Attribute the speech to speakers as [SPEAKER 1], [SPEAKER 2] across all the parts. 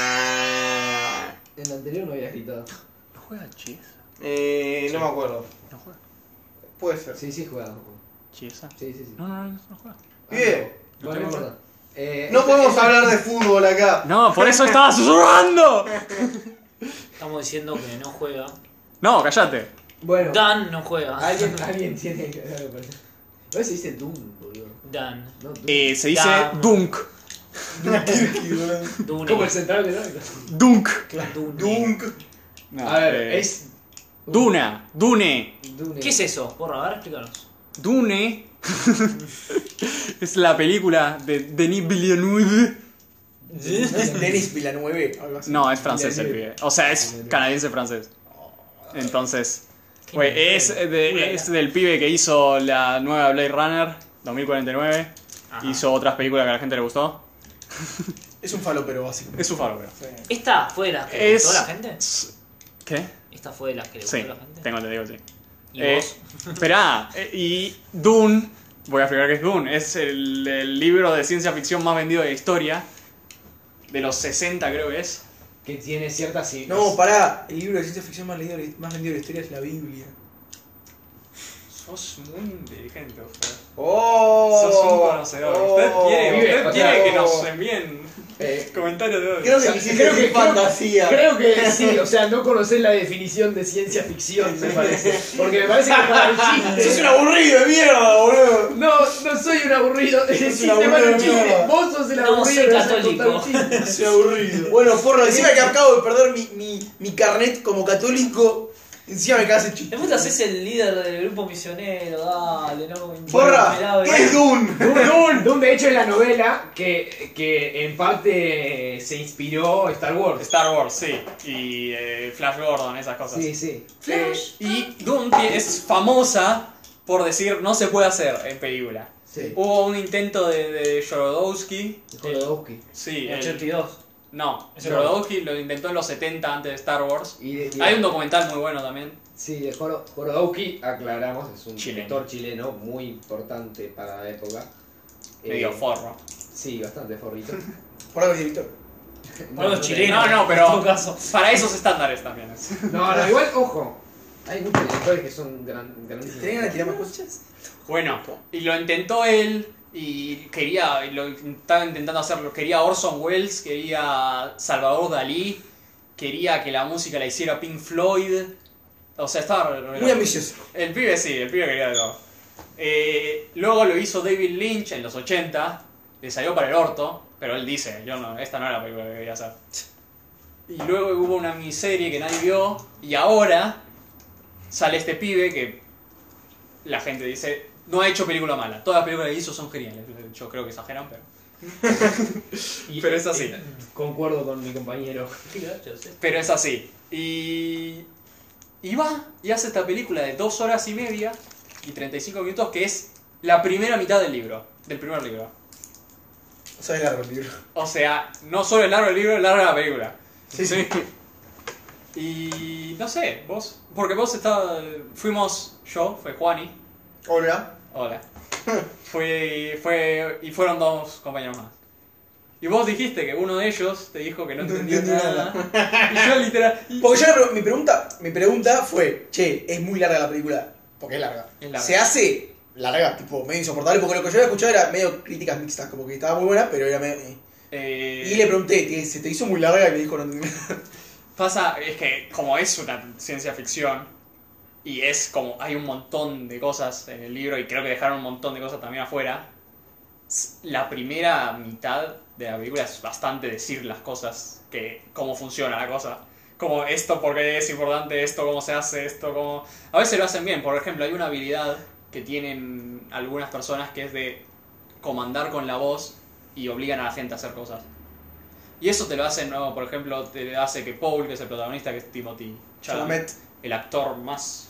[SPEAKER 1] ¡Prórroga!
[SPEAKER 2] En el anterior no había gritado.
[SPEAKER 3] ¿No juega Chiesa?
[SPEAKER 1] Eh, no me acuerdo.
[SPEAKER 3] ¿No juega?
[SPEAKER 1] Puede ser.
[SPEAKER 2] Sí, sí jugaba.
[SPEAKER 3] ¿Chiesa?
[SPEAKER 2] Sí, sí, sí.
[SPEAKER 3] No, no, no, no juega.
[SPEAKER 2] Ah,
[SPEAKER 1] Bien.
[SPEAKER 2] no. Bueno, no importa. Eh,
[SPEAKER 1] No
[SPEAKER 2] este-
[SPEAKER 1] podemos
[SPEAKER 2] este-
[SPEAKER 1] hablar de fútbol acá.
[SPEAKER 3] No, por eso estaba susurrando.
[SPEAKER 4] Estamos diciendo que no juega.
[SPEAKER 3] No, callate.
[SPEAKER 2] eh, Bueno,
[SPEAKER 4] Dan no juega.
[SPEAKER 2] alguien, alguien tiene que hablar para A veces dice Doom, boludo.
[SPEAKER 4] Dan.
[SPEAKER 2] No, Doom.
[SPEAKER 3] Eh, se dice
[SPEAKER 4] Ya.
[SPEAKER 3] Dunk.
[SPEAKER 1] Eh,
[SPEAKER 4] Dune.
[SPEAKER 2] Como el central de Dunk.
[SPEAKER 3] Dunk.
[SPEAKER 4] Dune.
[SPEAKER 1] Dunk.
[SPEAKER 3] No,
[SPEAKER 1] Ah,
[SPEAKER 2] A ver,
[SPEAKER 3] eh,
[SPEAKER 2] es.
[SPEAKER 3] Duna. Dune.
[SPEAKER 2] Dune.
[SPEAKER 4] ¿Qué es eso? Porra, a ver, explícanos.
[SPEAKER 3] Dune. es la película de Denis Villeneuve.
[SPEAKER 1] Denis Villanueve. algo así.
[SPEAKER 3] No, es francés el
[SPEAKER 2] Villeneuve.
[SPEAKER 3] pibe. O sea, es canadiense-francés. Entonces. güey,
[SPEAKER 4] nivel.
[SPEAKER 3] es, de- es del pibe que hizo la nueva Blade Runner 2049.
[SPEAKER 4] Ajá.
[SPEAKER 3] Hizo otras películas que a la gente le gustó.
[SPEAKER 5] Es un falopero básico.
[SPEAKER 3] Es su faro, pero.
[SPEAKER 4] ¿Esta fue de las que
[SPEAKER 3] Es-
[SPEAKER 4] votó la gente?
[SPEAKER 3] ¿Qué?
[SPEAKER 4] ¿Esta fue de las que le
[SPEAKER 3] Sí,
[SPEAKER 4] gustó a la gente?
[SPEAKER 3] tengo entendido que sí.
[SPEAKER 4] ¿Y
[SPEAKER 3] Eh,
[SPEAKER 4] vos?
[SPEAKER 3] Esperá, eh, y Dune, voy a explicar qué es Dune, es el, el libro de ciencia ficción más vendido de la historia, de los 60 creo que es.
[SPEAKER 2] Que tiene ciertas.
[SPEAKER 5] No, pará. El libro de ciencia ficción más, leído, más vendido de la historia es la Biblia.
[SPEAKER 3] Sos muy inteligente, usted.
[SPEAKER 1] Oh, oh,
[SPEAKER 2] usted
[SPEAKER 1] vive,
[SPEAKER 2] quiere
[SPEAKER 1] oh.
[SPEAKER 3] envíen
[SPEAKER 2] Eh,
[SPEAKER 3] comentarios de
[SPEAKER 1] Creo que quisiste
[SPEAKER 2] Creo que-
[SPEAKER 1] decir fantasía.
[SPEAKER 2] Creo que sí, o sea, no conocés la definición de ciencia ficción, me parece. Porque me parece que para el
[SPEAKER 1] Sos
[SPEAKER 2] chiste.
[SPEAKER 1] un aburrido de mierda, boludo.
[SPEAKER 2] No, no soy un aburrido. Existe
[SPEAKER 5] un aburrido
[SPEAKER 2] para el
[SPEAKER 5] de
[SPEAKER 2] chiste.
[SPEAKER 5] mierda.
[SPEAKER 2] Vos sos el
[SPEAKER 4] No,
[SPEAKER 2] aburrido
[SPEAKER 4] soy
[SPEAKER 2] que sabe
[SPEAKER 4] católico.
[SPEAKER 2] contar un chiste.
[SPEAKER 5] Soy aburrido.
[SPEAKER 1] Bueno, porro, encima que acabo de perder mi, mi, mi carnet como católico, encima me cagaste chiste.
[SPEAKER 4] Después haces el líder del grupo misionero, dale, no.
[SPEAKER 1] Porra, ¿qué es Dune?
[SPEAKER 2] Dune, Dune, Dune, de hecho, es la novela que, que en parte eh, se inspiró Star Wars.
[SPEAKER 3] Star Wars, sí, y eh, Flash Gordon, esas cosas.
[SPEAKER 2] Sí, sí.
[SPEAKER 3] Flash. y Dune tie- es famosa por decir no se puede hacer en película.
[SPEAKER 2] Sí.
[SPEAKER 3] Hubo un intento de, de Jorodowski,
[SPEAKER 2] Jodorowsky.
[SPEAKER 3] sí, el-
[SPEAKER 4] 82.
[SPEAKER 3] No,
[SPEAKER 4] Ese
[SPEAKER 3] Jodorowsky lo intentó en los 70 antes de Star Wars.
[SPEAKER 2] Y de- y de-
[SPEAKER 3] Hay un documental muy bueno también.
[SPEAKER 2] Sí, de Joro- Jorodowski, aclaramos, es un
[SPEAKER 3] Chileno.
[SPEAKER 2] director chileno muy importante para la época.
[SPEAKER 3] Medio
[SPEAKER 2] Eh,
[SPEAKER 3] forro.
[SPEAKER 2] Sí, bastante forrito.
[SPEAKER 5] Por algo es director.
[SPEAKER 4] Por algo
[SPEAKER 2] no,
[SPEAKER 4] es chileno.
[SPEAKER 3] No, no,
[SPEAKER 4] En
[SPEAKER 3] pero-
[SPEAKER 4] todo caso.
[SPEAKER 3] Para esos estándares también.
[SPEAKER 2] No, no, igual, ojo. Hay muchos directores que son gran, grandísimos.
[SPEAKER 5] ¿Tenían que tirar más cosas?
[SPEAKER 3] Bueno, y lo intentó él y quería, y lo estaba intentando hacerlo. Quería Orson Welles, quería Salvador Dalí, quería que la música la hiciera Pink Floyd. O sea, estaba... re- re-
[SPEAKER 5] Muy ambicioso.
[SPEAKER 3] El pibe sí, el pibe quería de todo. Eh, luego lo hizo David Lynch en los 80, le salió para el orto, pero él dice, yo no, esta no era la película que quería hacer. Y luego hubo una miniserie que nadie vio, y ahora sale este pibe que la gente dice, no ha hecho película mala, todas las películas que hizo son geniales. Yo creo que exageran, pero...
[SPEAKER 2] Y-
[SPEAKER 3] pero es así.
[SPEAKER 2] eh, concuerdo con mi compañero.
[SPEAKER 3] Pero es así. Y. Y va y hace esta película de dos horas y media y 35 minutos, que es la primera mitad del libro. Del primer libro.
[SPEAKER 5] O sea, es largo el libro.
[SPEAKER 3] O sea, no solo es largo el libro, es larga la película.
[SPEAKER 5] Sí, sí.
[SPEAKER 3] Y. No sé, vos. Porque vos estabas. Fuimos yo, fue Juani.
[SPEAKER 5] Hola.
[SPEAKER 3] Hola. Fue, fue, y fueron dos compañeros más. Y vos dijiste que uno de ellos te dijo que no
[SPEAKER 5] No
[SPEAKER 3] entendió
[SPEAKER 5] entendí
[SPEAKER 3] nada. Y yo literal.
[SPEAKER 5] Porque yo la pre- mi pregunta, mi pregunta fue, che, es muy larga la película. Porque es larga.
[SPEAKER 3] Es larga.
[SPEAKER 5] Se hace larga, tipo, medio insoportable, porque lo que yo había escuchado era medio críticas mixtas, como que estaba muy buena, pero era medio. eh.
[SPEAKER 3] Eh,
[SPEAKER 5] Y le pregunté, "¿Te- ¿se te hizo muy larga? Y me dijo, no entendí nada".
[SPEAKER 3] Pasa, es que como es una ciencia ficción y es como hay un montón de cosas en el libro y creo que dejaron un montón de cosas también afuera, s- la primera mitad de la película es bastante decir las cosas, que cómo funciona la cosa. Como esto porque es importante, esto cómo se hace, esto cómo... A veces lo hacen bien, por ejemplo, hay una habilidad que tienen algunas personas que es de comandar con la voz y obligan a la gente a hacer cosas. Y eso te lo hace, no, por ejemplo, te hace que Paul, que es el protagonista, que es Timothy Chalamet,
[SPEAKER 5] Chalamet.
[SPEAKER 3] el actor más...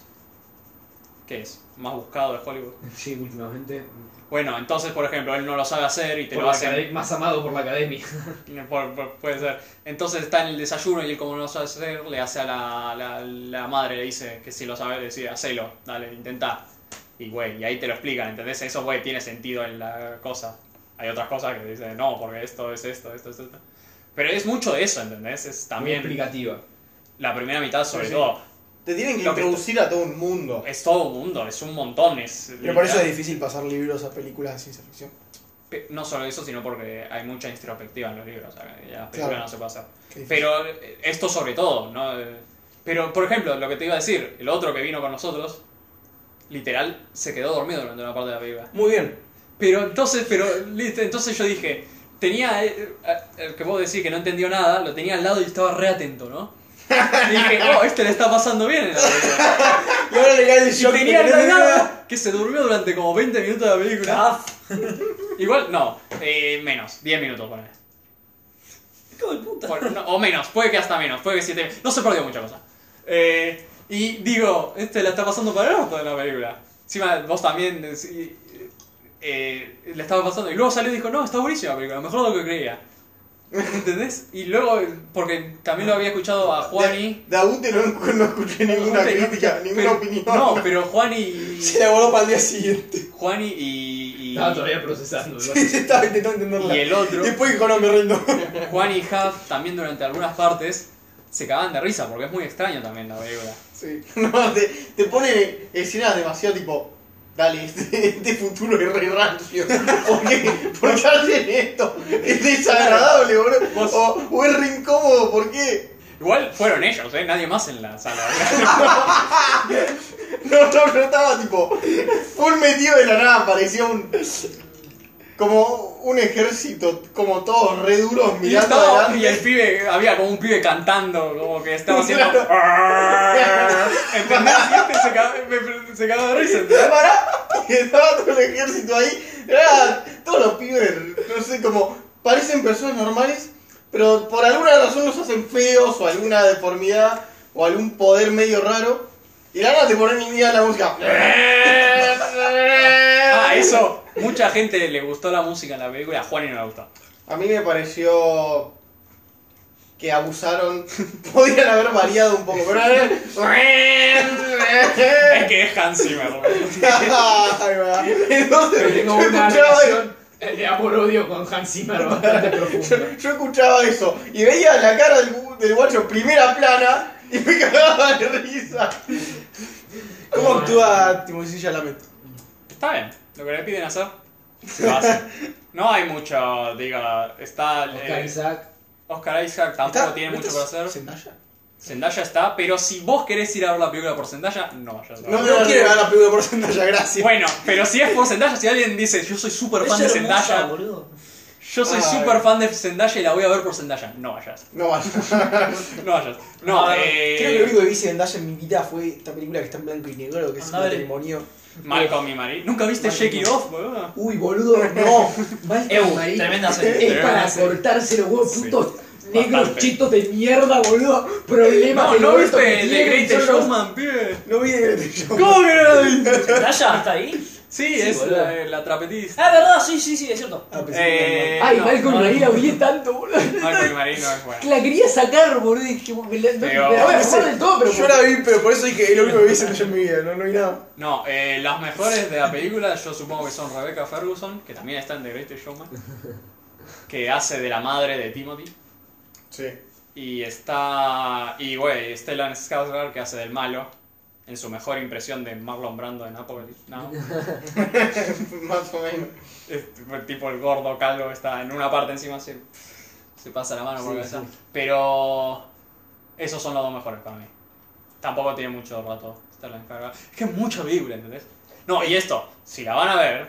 [SPEAKER 3] ¿Qué es? Más buscado de Hollywood.
[SPEAKER 2] Sí, últimamente.
[SPEAKER 3] Bueno, entonces, por ejemplo, él no lo sabe hacer y te
[SPEAKER 2] Por
[SPEAKER 3] lo
[SPEAKER 2] la
[SPEAKER 3] hace...
[SPEAKER 2] acade- más amado por la academia.
[SPEAKER 3] por- por- puede ser. Entonces está en el desayuno y él, como no lo sabe hacer, le hace a la, la- la madre, le dice que si lo sabe, le dice, hacelo, dale, intentá. Y, güey, y ahí te lo explican, ¿entendés? Eso, güey, tiene sentido en la cosa. hay otras cosas que dicen, no, porque esto es esto, esto es esto. Pero es mucho de eso, ¿entendés? Es
[SPEAKER 6] Muy
[SPEAKER 3] también
[SPEAKER 6] explicativa.
[SPEAKER 3] la primera mitad, sobre
[SPEAKER 1] Sí.
[SPEAKER 3] todo.
[SPEAKER 1] Te tienen que
[SPEAKER 3] Lo que
[SPEAKER 1] introducir a todo un mundo.
[SPEAKER 3] Es todo un mundo, es un montón. Es,
[SPEAKER 5] Pero por eso es
[SPEAKER 3] literal.
[SPEAKER 5] difícil pasar libros a películas de ciencia ficción.
[SPEAKER 3] Pe- No solo eso, sino porque hay mucha introspectiva en los libros. o sea, que la película
[SPEAKER 5] Claro.
[SPEAKER 3] no se puede hacer.
[SPEAKER 5] Qué difícil.
[SPEAKER 3] Pero eh, esto sobre todo, ¿no? Eh, Pero, por ejemplo, lo que te iba a decir, el otro que vino con nosotros, literal, se quedó dormido durante una parte de la película.
[SPEAKER 1] Muy bien.
[SPEAKER 3] Pero entonces, pero, listo, entonces yo dije, tenía, eh, eh, el que vos decís que no entendió nada, lo tenía al lado y estaba re atento, ¿no? Y dije, oh, este le está pasando bien en la película.
[SPEAKER 1] Y ahora le cae el
[SPEAKER 3] Y
[SPEAKER 1] shock.
[SPEAKER 3] tenía al lado que se durmió durante como 20 minutos de la película.
[SPEAKER 1] Ah.
[SPEAKER 3] Igual, no, eh, menos, 10 minutos por ahí.
[SPEAKER 4] Hijo de puta.
[SPEAKER 3] Por- no, o menos, puede que hasta menos, puede que 7 No se perdió mucha cosa. Eh, y digo, este la está pasando para el orto en la película. Encima vos también eh, sí, eh, la estaba pasando. Y luego salió y dijo, no, está buenísima la película, mejor de lo que creía. ¿Entendés? Y luego, porque también lo había escuchado a Juani.
[SPEAKER 1] De, de Agute no, no escuché ninguna
[SPEAKER 3] Pero-
[SPEAKER 1] crítica, ninguna
[SPEAKER 3] pero-
[SPEAKER 1] opinión.
[SPEAKER 3] No, pero Juani.
[SPEAKER 5] Se la guardó para el día siguiente.
[SPEAKER 3] Juani y. y-
[SPEAKER 6] Estaba todavía procesando.
[SPEAKER 5] Estaba intentando
[SPEAKER 3] y
[SPEAKER 5] entenderla.
[SPEAKER 3] el otro.
[SPEAKER 5] Después dijo, no, me rindo.
[SPEAKER 3] Juan y Huff también durante algunas partes se cagaban de risa porque es muy extraño también la película.
[SPEAKER 5] Sí.
[SPEAKER 1] No, te, te pone escenas demasiado tipo. Dale, este, este futuro es re rancio. ¿Por qué? ¿Por qué hacen esto? Es desagradable, boludo.
[SPEAKER 3] Vos-
[SPEAKER 1] O, o es re incómodo, ¿por qué?
[SPEAKER 3] Igual fueron ellos, ¿eh? nadie más en la sala.
[SPEAKER 1] No, no, yo estaba tipo. Full metido de la nada, parecía un. Como un ejército, como todos re duros
[SPEAKER 3] Y,
[SPEAKER 1] mirando
[SPEAKER 3] estaba-
[SPEAKER 1] adelante.
[SPEAKER 3] y el pibe, había como un pibe cantando, como que estaba haciendo.
[SPEAKER 1] Claro.
[SPEAKER 3] ¿Entendés? Y este se cagaba, me- se cagaba de risa. ¿entendés?
[SPEAKER 1] Pará, y estaba todo el ejército ahí, era- todos los pibes, no sé, como parecen personas normales, pero por alguna razón los hacen feos o alguna deformidad o algún poder medio raro. Y la nada te ponen ni mía la música.
[SPEAKER 3] Ah, eso. Mucha gente le gustó la música en la película, a Juan y no le gustó.
[SPEAKER 1] A mí me pareció que abusaron, podían haber variado un poco, pero
[SPEAKER 3] Es que es Hans Zimmer.
[SPEAKER 5] Ahí va.
[SPEAKER 6] Pero
[SPEAKER 1] entonces
[SPEAKER 6] tengo
[SPEAKER 1] yo
[SPEAKER 6] una
[SPEAKER 1] escuchaba eso.
[SPEAKER 6] relación de amor-odio con Hans Zimmer bastante
[SPEAKER 1] Yo,
[SPEAKER 6] profunda.
[SPEAKER 1] yo escuchaba eso y veía la cara del, gu- del guacho primera plana y me cagaba de risa.
[SPEAKER 5] ¿Cómo actúa Timothée Chalamet?
[SPEAKER 3] Está bien, lo que le piden hacer. Se lo hace. No hay mucho, diga, está eh,
[SPEAKER 6] Oscar Isaac.
[SPEAKER 3] Oscar Isaac tampoco
[SPEAKER 5] ¿Está-
[SPEAKER 3] tiene
[SPEAKER 5] no
[SPEAKER 3] mucho
[SPEAKER 5] está
[SPEAKER 3] para hacer.
[SPEAKER 5] Zendaya?
[SPEAKER 3] Zendaya está, pero si vos querés ir a ver la película por Zendaya, no vayas a
[SPEAKER 5] No,
[SPEAKER 3] verla.
[SPEAKER 5] no quiere ver la película por Zendaya, gracias.
[SPEAKER 3] Bueno, pero si es por Zendaya, si alguien dice yo soy súper fan de
[SPEAKER 4] Es hermosa,
[SPEAKER 3] Zendaya,
[SPEAKER 4] boludo.
[SPEAKER 3] yo soy
[SPEAKER 5] Ay.
[SPEAKER 3] súper fan de Zendaya y la voy a ver por Zendaya, no vayas,
[SPEAKER 5] No vaya.
[SPEAKER 3] no vayas. No,
[SPEAKER 5] Ah,
[SPEAKER 3] eh,
[SPEAKER 5] Creo que lo único que vi Zendaya en mi vida fue esta película que está en blanco y negro, que es un
[SPEAKER 4] Andá a ver.
[SPEAKER 5] matrimonio.
[SPEAKER 3] Malcolm y Marie. ¿Nunca viste
[SPEAKER 4] Malcolm.
[SPEAKER 3] Shake It Off, boludo?
[SPEAKER 5] Uy, boludo, no.
[SPEAKER 4] Eu,
[SPEAKER 5] Malcolm ahí.
[SPEAKER 4] tremenda serie.
[SPEAKER 6] Es
[SPEAKER 3] Pero
[SPEAKER 6] para
[SPEAKER 3] sí.
[SPEAKER 6] cortarse los huevos
[SPEAKER 3] eh, Sí.
[SPEAKER 6] putos negros
[SPEAKER 3] Bastante.
[SPEAKER 6] chetos de mierda, boludo. Problemas
[SPEAKER 3] No,
[SPEAKER 6] de
[SPEAKER 3] no
[SPEAKER 6] Roberto
[SPEAKER 3] viste
[SPEAKER 6] que
[SPEAKER 3] el de
[SPEAKER 6] tienen,
[SPEAKER 3] Greatest
[SPEAKER 6] son los-
[SPEAKER 3] Showman, pibe.
[SPEAKER 5] No vi de Gretel Show.
[SPEAKER 3] ¿Cómo que no lo viste?
[SPEAKER 4] ¿Zendaya hasta ahí?
[SPEAKER 3] Sí,
[SPEAKER 4] Sí,
[SPEAKER 3] es
[SPEAKER 4] boludo.
[SPEAKER 3] la, la trapetista.
[SPEAKER 4] Ah, verdad, sí, sí, sí, es cierto.
[SPEAKER 5] Ah, pensé que
[SPEAKER 3] Eh,
[SPEAKER 6] Ay,
[SPEAKER 3] no,
[SPEAKER 6] Malcolm
[SPEAKER 4] no,
[SPEAKER 6] María
[SPEAKER 4] no.
[SPEAKER 6] la odié tanto, boludo.
[SPEAKER 3] Malcolm y Marie no es buena.
[SPEAKER 6] La quería sacar, boludo. y Dije, me la, no,
[SPEAKER 3] Pero-
[SPEAKER 6] me la voy a pasar del todo, pero.
[SPEAKER 5] Yo la vi, pero por eso dije, es lo único que vi Zendaya en mi vida, no, no vi nada.
[SPEAKER 3] No, eh, las mejores de la película yo supongo que son Rebecca Ferguson, que también está en The Greatest Showman, que hace de la madre de Timothy.
[SPEAKER 5] Sí.
[SPEAKER 3] Y está. Y güey, Stellan Skarsgård, que hace del malo, en su mejor impresión de Marlon Brando en Apocalypse Now.
[SPEAKER 1] Más o menos.
[SPEAKER 3] Este, el tipo el gordo calvo está en una parte encima se, se pasa la mano por la
[SPEAKER 5] Sí,
[SPEAKER 3] cabeza. Pero esos son los dos mejores para mí. Tampoco tiene mucho rato estar encargada. Es que es mucha película, ¿entendés? No, y esto, si la van a ver,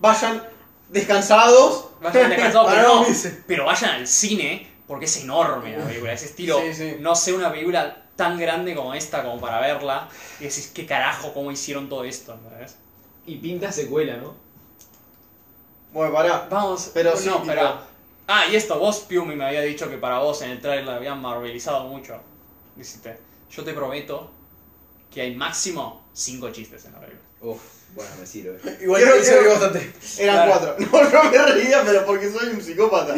[SPEAKER 1] Vayan descansados.
[SPEAKER 3] vayan descansados,
[SPEAKER 5] Para
[SPEAKER 3] pero,
[SPEAKER 5] mí,
[SPEAKER 3] no,
[SPEAKER 5] sí.
[SPEAKER 3] pero vayan al cine porque es enorme la película. Es estilo,
[SPEAKER 5] Sí, sí.
[SPEAKER 3] no sé, una película tan grande como esta, como para verla. Y decís, ¿qué carajo? ¿Cómo hicieron todo esto? ¿entendés?
[SPEAKER 6] Y pinta secuela, ¿no?
[SPEAKER 1] Bueno, pará.
[SPEAKER 3] Vamos,
[SPEAKER 1] Pero
[SPEAKER 3] no,
[SPEAKER 1] sí, tipo-
[SPEAKER 3] pará. Ah, y esto, vos, Piumi, me había dicho que para vos en el trailer habían marvelizado mucho. Dijiste, yo te prometo que hay máximo 5 chistes en la película.
[SPEAKER 2] Uf, bueno, me sirve.
[SPEAKER 5] Igual
[SPEAKER 1] Quiero-
[SPEAKER 5] que se
[SPEAKER 1] quiero-
[SPEAKER 5] vio bastante.
[SPEAKER 1] Eran
[SPEAKER 3] Claro.
[SPEAKER 1] cuatro. No, no me reía, pero porque soy un psicópata.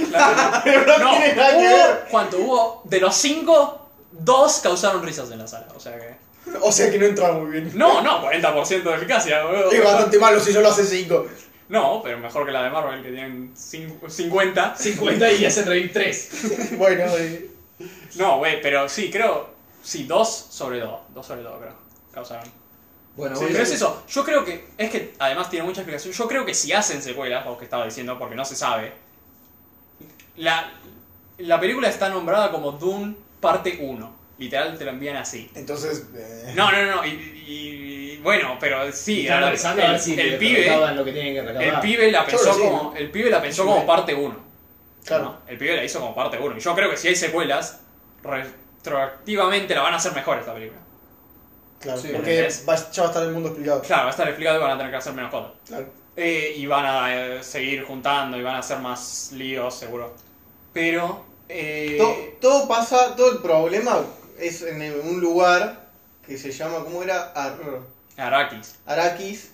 [SPEAKER 1] Pero no,
[SPEAKER 3] No,
[SPEAKER 1] tiene nada que ver.
[SPEAKER 3] hubo, ¿cuánto hubo? De los 5, 2 causaron risas en la sala. O sea que.
[SPEAKER 5] O sea que no entraba muy bien.
[SPEAKER 3] No, no, 40% de eficacia, boludo.
[SPEAKER 5] Es bastante malo si yo lo hace 5.
[SPEAKER 3] No, pero mejor que la de Marvel, que tienen cincu- 50.
[SPEAKER 2] 50 y hacen reír 3.
[SPEAKER 3] Uh.
[SPEAKER 5] Bueno, eh,
[SPEAKER 3] No, güey, pero sí, creo. Sí, dos sobre dos. Dos sobre dos, creo. Causaron.
[SPEAKER 2] Bueno,
[SPEAKER 3] Sí,
[SPEAKER 2] bueno.
[SPEAKER 3] pero es eso. Yo creo que. Es que además tiene mucha explicación. Yo creo que si hacen secuelas, lo que estaba diciendo, porque no se sabe. La, la película está nombrada como Dune Parte 1. Literal te lo envían así.
[SPEAKER 5] entonces. eh,
[SPEAKER 3] No, no, no. Y, y- y- bueno, pero sí.
[SPEAKER 2] Están
[SPEAKER 3] ahora,
[SPEAKER 2] revisando a
[SPEAKER 3] el,
[SPEAKER 2] ver si
[SPEAKER 3] el
[SPEAKER 2] le
[SPEAKER 3] pibe.
[SPEAKER 2] recaudan lo que tienen que
[SPEAKER 3] El
[SPEAKER 2] recaudar.
[SPEAKER 3] pibe la
[SPEAKER 5] Yo
[SPEAKER 3] pensó
[SPEAKER 5] creo que sí,
[SPEAKER 3] como. El pibe la pensó como parte 1.
[SPEAKER 5] Claro.
[SPEAKER 3] El pibe la hizo como parte 1. Y yo creo que si hay secuelas, retroactivamente la van a hacer mejor esta película.
[SPEAKER 5] Claro,
[SPEAKER 1] Sí,
[SPEAKER 5] porque
[SPEAKER 3] ¿entendés?
[SPEAKER 5] va- ya va a estar el mundo explicado.
[SPEAKER 3] Claro, va a estar explicado y van a tener que hacer menos cosas.
[SPEAKER 5] Claro.
[SPEAKER 3] Eh, y van a eh, seguir juntando y van a hacer más líos, seguro. Pero. eh,
[SPEAKER 1] To- todo pasa, todo el problema es en el- un lugar que se llama, ¿cómo era? Ar-
[SPEAKER 3] Arrakis.
[SPEAKER 1] Arakis,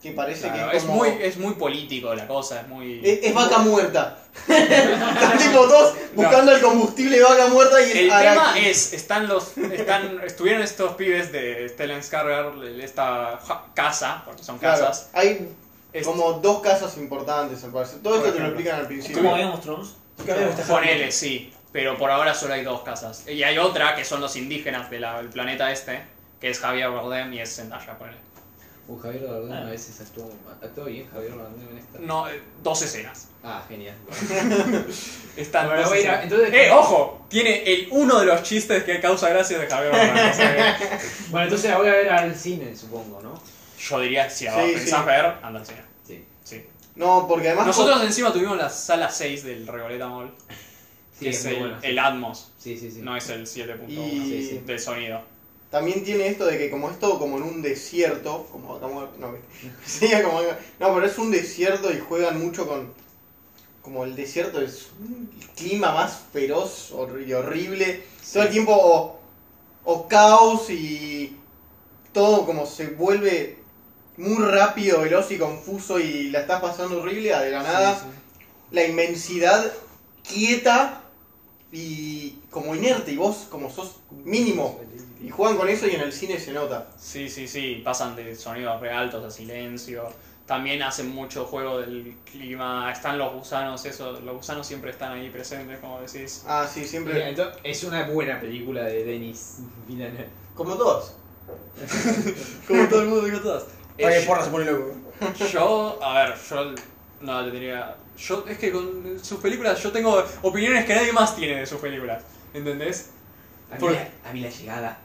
[SPEAKER 1] que parece
[SPEAKER 3] Claro,
[SPEAKER 1] que
[SPEAKER 3] es,
[SPEAKER 1] es como...
[SPEAKER 3] muy, es muy político la cosa, es muy.
[SPEAKER 1] es, es vaca muerta. Están tipo todos buscando el combustible de vaca muerta y es
[SPEAKER 3] El
[SPEAKER 1] Arrakis.
[SPEAKER 3] tema es, están los, están, estuvieron estos pibes de Stellan Skarsgård, esta ja- casa, porque son
[SPEAKER 1] Claro,
[SPEAKER 3] casas.
[SPEAKER 1] hay
[SPEAKER 3] es-
[SPEAKER 1] como dos casas importantes, al parecer. Todo esto
[SPEAKER 3] Por
[SPEAKER 1] te lo
[SPEAKER 3] ejemplo.
[SPEAKER 1] explican al
[SPEAKER 4] Es
[SPEAKER 1] principio.
[SPEAKER 4] como habíamos Thrones.
[SPEAKER 3] Ponele, sí. Pero por ahora solo hay dos casas. Y hay otra que son los indígenas del planeta este, que es Javier Bardem y es Zendaya, ponele.
[SPEAKER 2] Uh, Javier Bardem
[SPEAKER 4] Ah.
[SPEAKER 2] a veces actuó, muy mal. actuó bien Javier Bardem en esta.
[SPEAKER 3] No, eh, dos escenas.
[SPEAKER 2] Ah, genial.
[SPEAKER 3] Están
[SPEAKER 2] Bueno,
[SPEAKER 3] dos
[SPEAKER 2] voy a ir a-
[SPEAKER 3] escenas.
[SPEAKER 2] entonces-
[SPEAKER 3] ¡Eh, ojo! Tiene el uno de los chistes que causa gracia de Javier Bardem. o sea que-
[SPEAKER 2] Bueno, entonces la voy a ver al cine, supongo, ¿no?
[SPEAKER 3] Yo diría, si
[SPEAKER 1] Sí,
[SPEAKER 3] pensás
[SPEAKER 1] sí.
[SPEAKER 3] ver, anda al cine.
[SPEAKER 2] Sí.
[SPEAKER 3] Sí.
[SPEAKER 1] No, porque además...
[SPEAKER 3] Nosotros encima tuvimos la sala 6 del Recoleta Mall,
[SPEAKER 2] Sí,
[SPEAKER 3] que es
[SPEAKER 2] muy
[SPEAKER 3] el,
[SPEAKER 2] buena.
[SPEAKER 3] el Atmos,
[SPEAKER 2] Sí, sí, sí.
[SPEAKER 3] no es el 7.1
[SPEAKER 1] Y-
[SPEAKER 2] Sí, sí.
[SPEAKER 3] del sonido.
[SPEAKER 1] También tiene esto de que como es todo como en un desierto, como acá mu- no, sería como no, pero es un desierto y juegan mucho con como el desierto es un clima más feroz hor- y horrible, todo el tiempo o, o caos y todo como se vuelve muy rápido, veloz y confuso y la estás pasando horrible a de la nada
[SPEAKER 3] Sí, sí.
[SPEAKER 1] la inmensidad quieta y como inerte y vos como sos mínimo y juegan con eso y en el cine se nota.
[SPEAKER 3] Sí, sí, sí, pasan de sonidos re altos a silencio. También hacen mucho juego del clima. Están los gusanos, eso. Los gusanos siempre están ahí presentes, como decís.
[SPEAKER 1] Ah, sí,
[SPEAKER 2] Mira,
[SPEAKER 1] siempre.
[SPEAKER 2] entonces, es una buena película de Denis Villeneuve.
[SPEAKER 1] Como todos.
[SPEAKER 3] Como todo el mundo dijo todas.
[SPEAKER 5] Para que porra se pone loco.
[SPEAKER 3] yo, a ver, yo no le tendría. Yo, es que con sus películas, yo tengo opiniones que nadie más tiene de sus películas. ¿Entendés?
[SPEAKER 2] A mí,
[SPEAKER 3] Por-
[SPEAKER 2] la, a mí la llegada.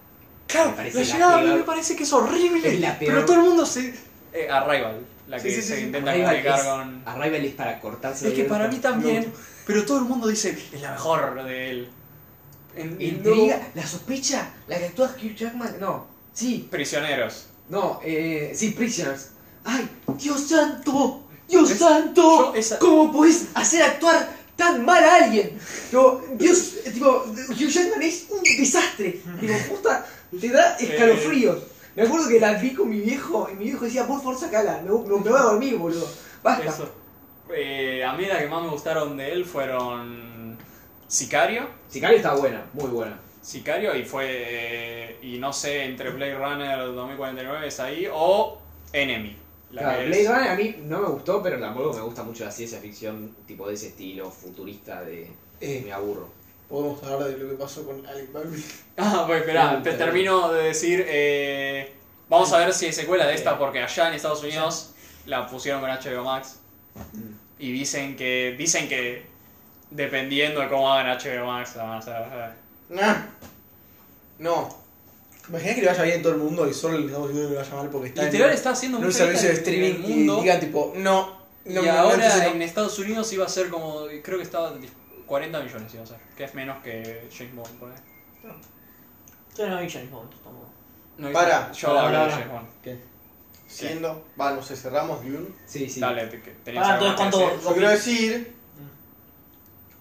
[SPEAKER 2] Me
[SPEAKER 3] Claro, la
[SPEAKER 2] parece la
[SPEAKER 3] llegada a mí
[SPEAKER 2] peor.
[SPEAKER 3] me parece que es horrible.
[SPEAKER 2] Es la peor.
[SPEAKER 3] Pero todo el mundo se. Eh, Arrival, la
[SPEAKER 2] Sí,
[SPEAKER 3] que
[SPEAKER 2] sí, sí,
[SPEAKER 3] se
[SPEAKER 2] sí.
[SPEAKER 3] intenta
[SPEAKER 2] Arrival
[SPEAKER 3] comunicar
[SPEAKER 2] es-
[SPEAKER 3] con.
[SPEAKER 2] Arrival es para cortarse
[SPEAKER 3] Es
[SPEAKER 2] la
[SPEAKER 3] que
[SPEAKER 2] cabeza.
[SPEAKER 3] para mí también, pero todo el mundo dice es la mejor de él. En, y
[SPEAKER 2] Intriga,
[SPEAKER 3] no-
[SPEAKER 2] la sospecha, la que actúa Hugh Jackman. No, sí,
[SPEAKER 3] Prisioneros.
[SPEAKER 2] no, eh, sí, Prisoners. ¡Ay, Dios santo! ¡Dios
[SPEAKER 3] ¿Ves?
[SPEAKER 2] santo!
[SPEAKER 3] Yo esa-
[SPEAKER 2] ¿Cómo podés hacer actuar tan mal a alguien? Tipo, Dios, eh, tipo, Hugh Jackman es un desastre. Tipo, puta, te da escalofríos. Me acuerdo que la vi con mi viejo y mi viejo decía, por favor, sacala, me, me, me voy a dormir, boludo. Basta.
[SPEAKER 3] Eso. Eh, a mí la que más me gustaron de él fueron Sicario.
[SPEAKER 2] Sicario está buena, muy buena.
[SPEAKER 3] Sicario y fue, eh, y no sé, entre Blade Runner 2049 es ahí o Enemy. La
[SPEAKER 2] Claro,
[SPEAKER 3] que
[SPEAKER 2] Blade
[SPEAKER 3] es-
[SPEAKER 2] Runner a mí no me gustó, pero tampoco me gusta mucho la ciencia ficción tipo de ese estilo futurista de me
[SPEAKER 5] Eh,
[SPEAKER 2] aburro.
[SPEAKER 5] podemos hablar de lo que pasó con Alec Baldwin.
[SPEAKER 3] Ah, pues esperá,
[SPEAKER 2] Mm,
[SPEAKER 3] te
[SPEAKER 2] está
[SPEAKER 3] termino de decir, eh, vamos a ver si hay secuela de esta porque allá en Estados Unidos la pusieron con HBO Max.
[SPEAKER 2] Mm.
[SPEAKER 3] Y dicen que. Dicen que. Dependiendo de cómo hagan HBO Max, la van a hacer. eh.
[SPEAKER 1] Nah. No.
[SPEAKER 5] Imagina que le vaya bien a todo el mundo y solo el Estados Unidos le vaya mal porque está en-
[SPEAKER 3] Literal está haciendo
[SPEAKER 5] en
[SPEAKER 3] mucha
[SPEAKER 5] un servicio de
[SPEAKER 3] guita en- en
[SPEAKER 5] streaming
[SPEAKER 3] el
[SPEAKER 5] y
[SPEAKER 3] mundo.
[SPEAKER 5] digan tipo, no,
[SPEAKER 3] y
[SPEAKER 5] no, no,
[SPEAKER 3] ahora
[SPEAKER 5] entonces no.
[SPEAKER 3] en Estados Unidos iba a ser como. Creo que estaba. 40 millones iba a ser. Que es menos que James Bond, por ahí.
[SPEAKER 4] Yo no vi James Bond tampoco.
[SPEAKER 3] No,
[SPEAKER 1] Para,
[SPEAKER 3] Yo
[SPEAKER 4] para,
[SPEAKER 3] hablé de
[SPEAKER 4] para.
[SPEAKER 3] James Bond.
[SPEAKER 1] Siendo. Va, nos cerramos de un.
[SPEAKER 2] Sí, sí.
[SPEAKER 3] Dale, te- que tenías
[SPEAKER 4] Para,
[SPEAKER 3] algo
[SPEAKER 4] Ah, entonces,
[SPEAKER 3] más que
[SPEAKER 4] ¿cuánto
[SPEAKER 3] decir.
[SPEAKER 1] Yo quiero decir.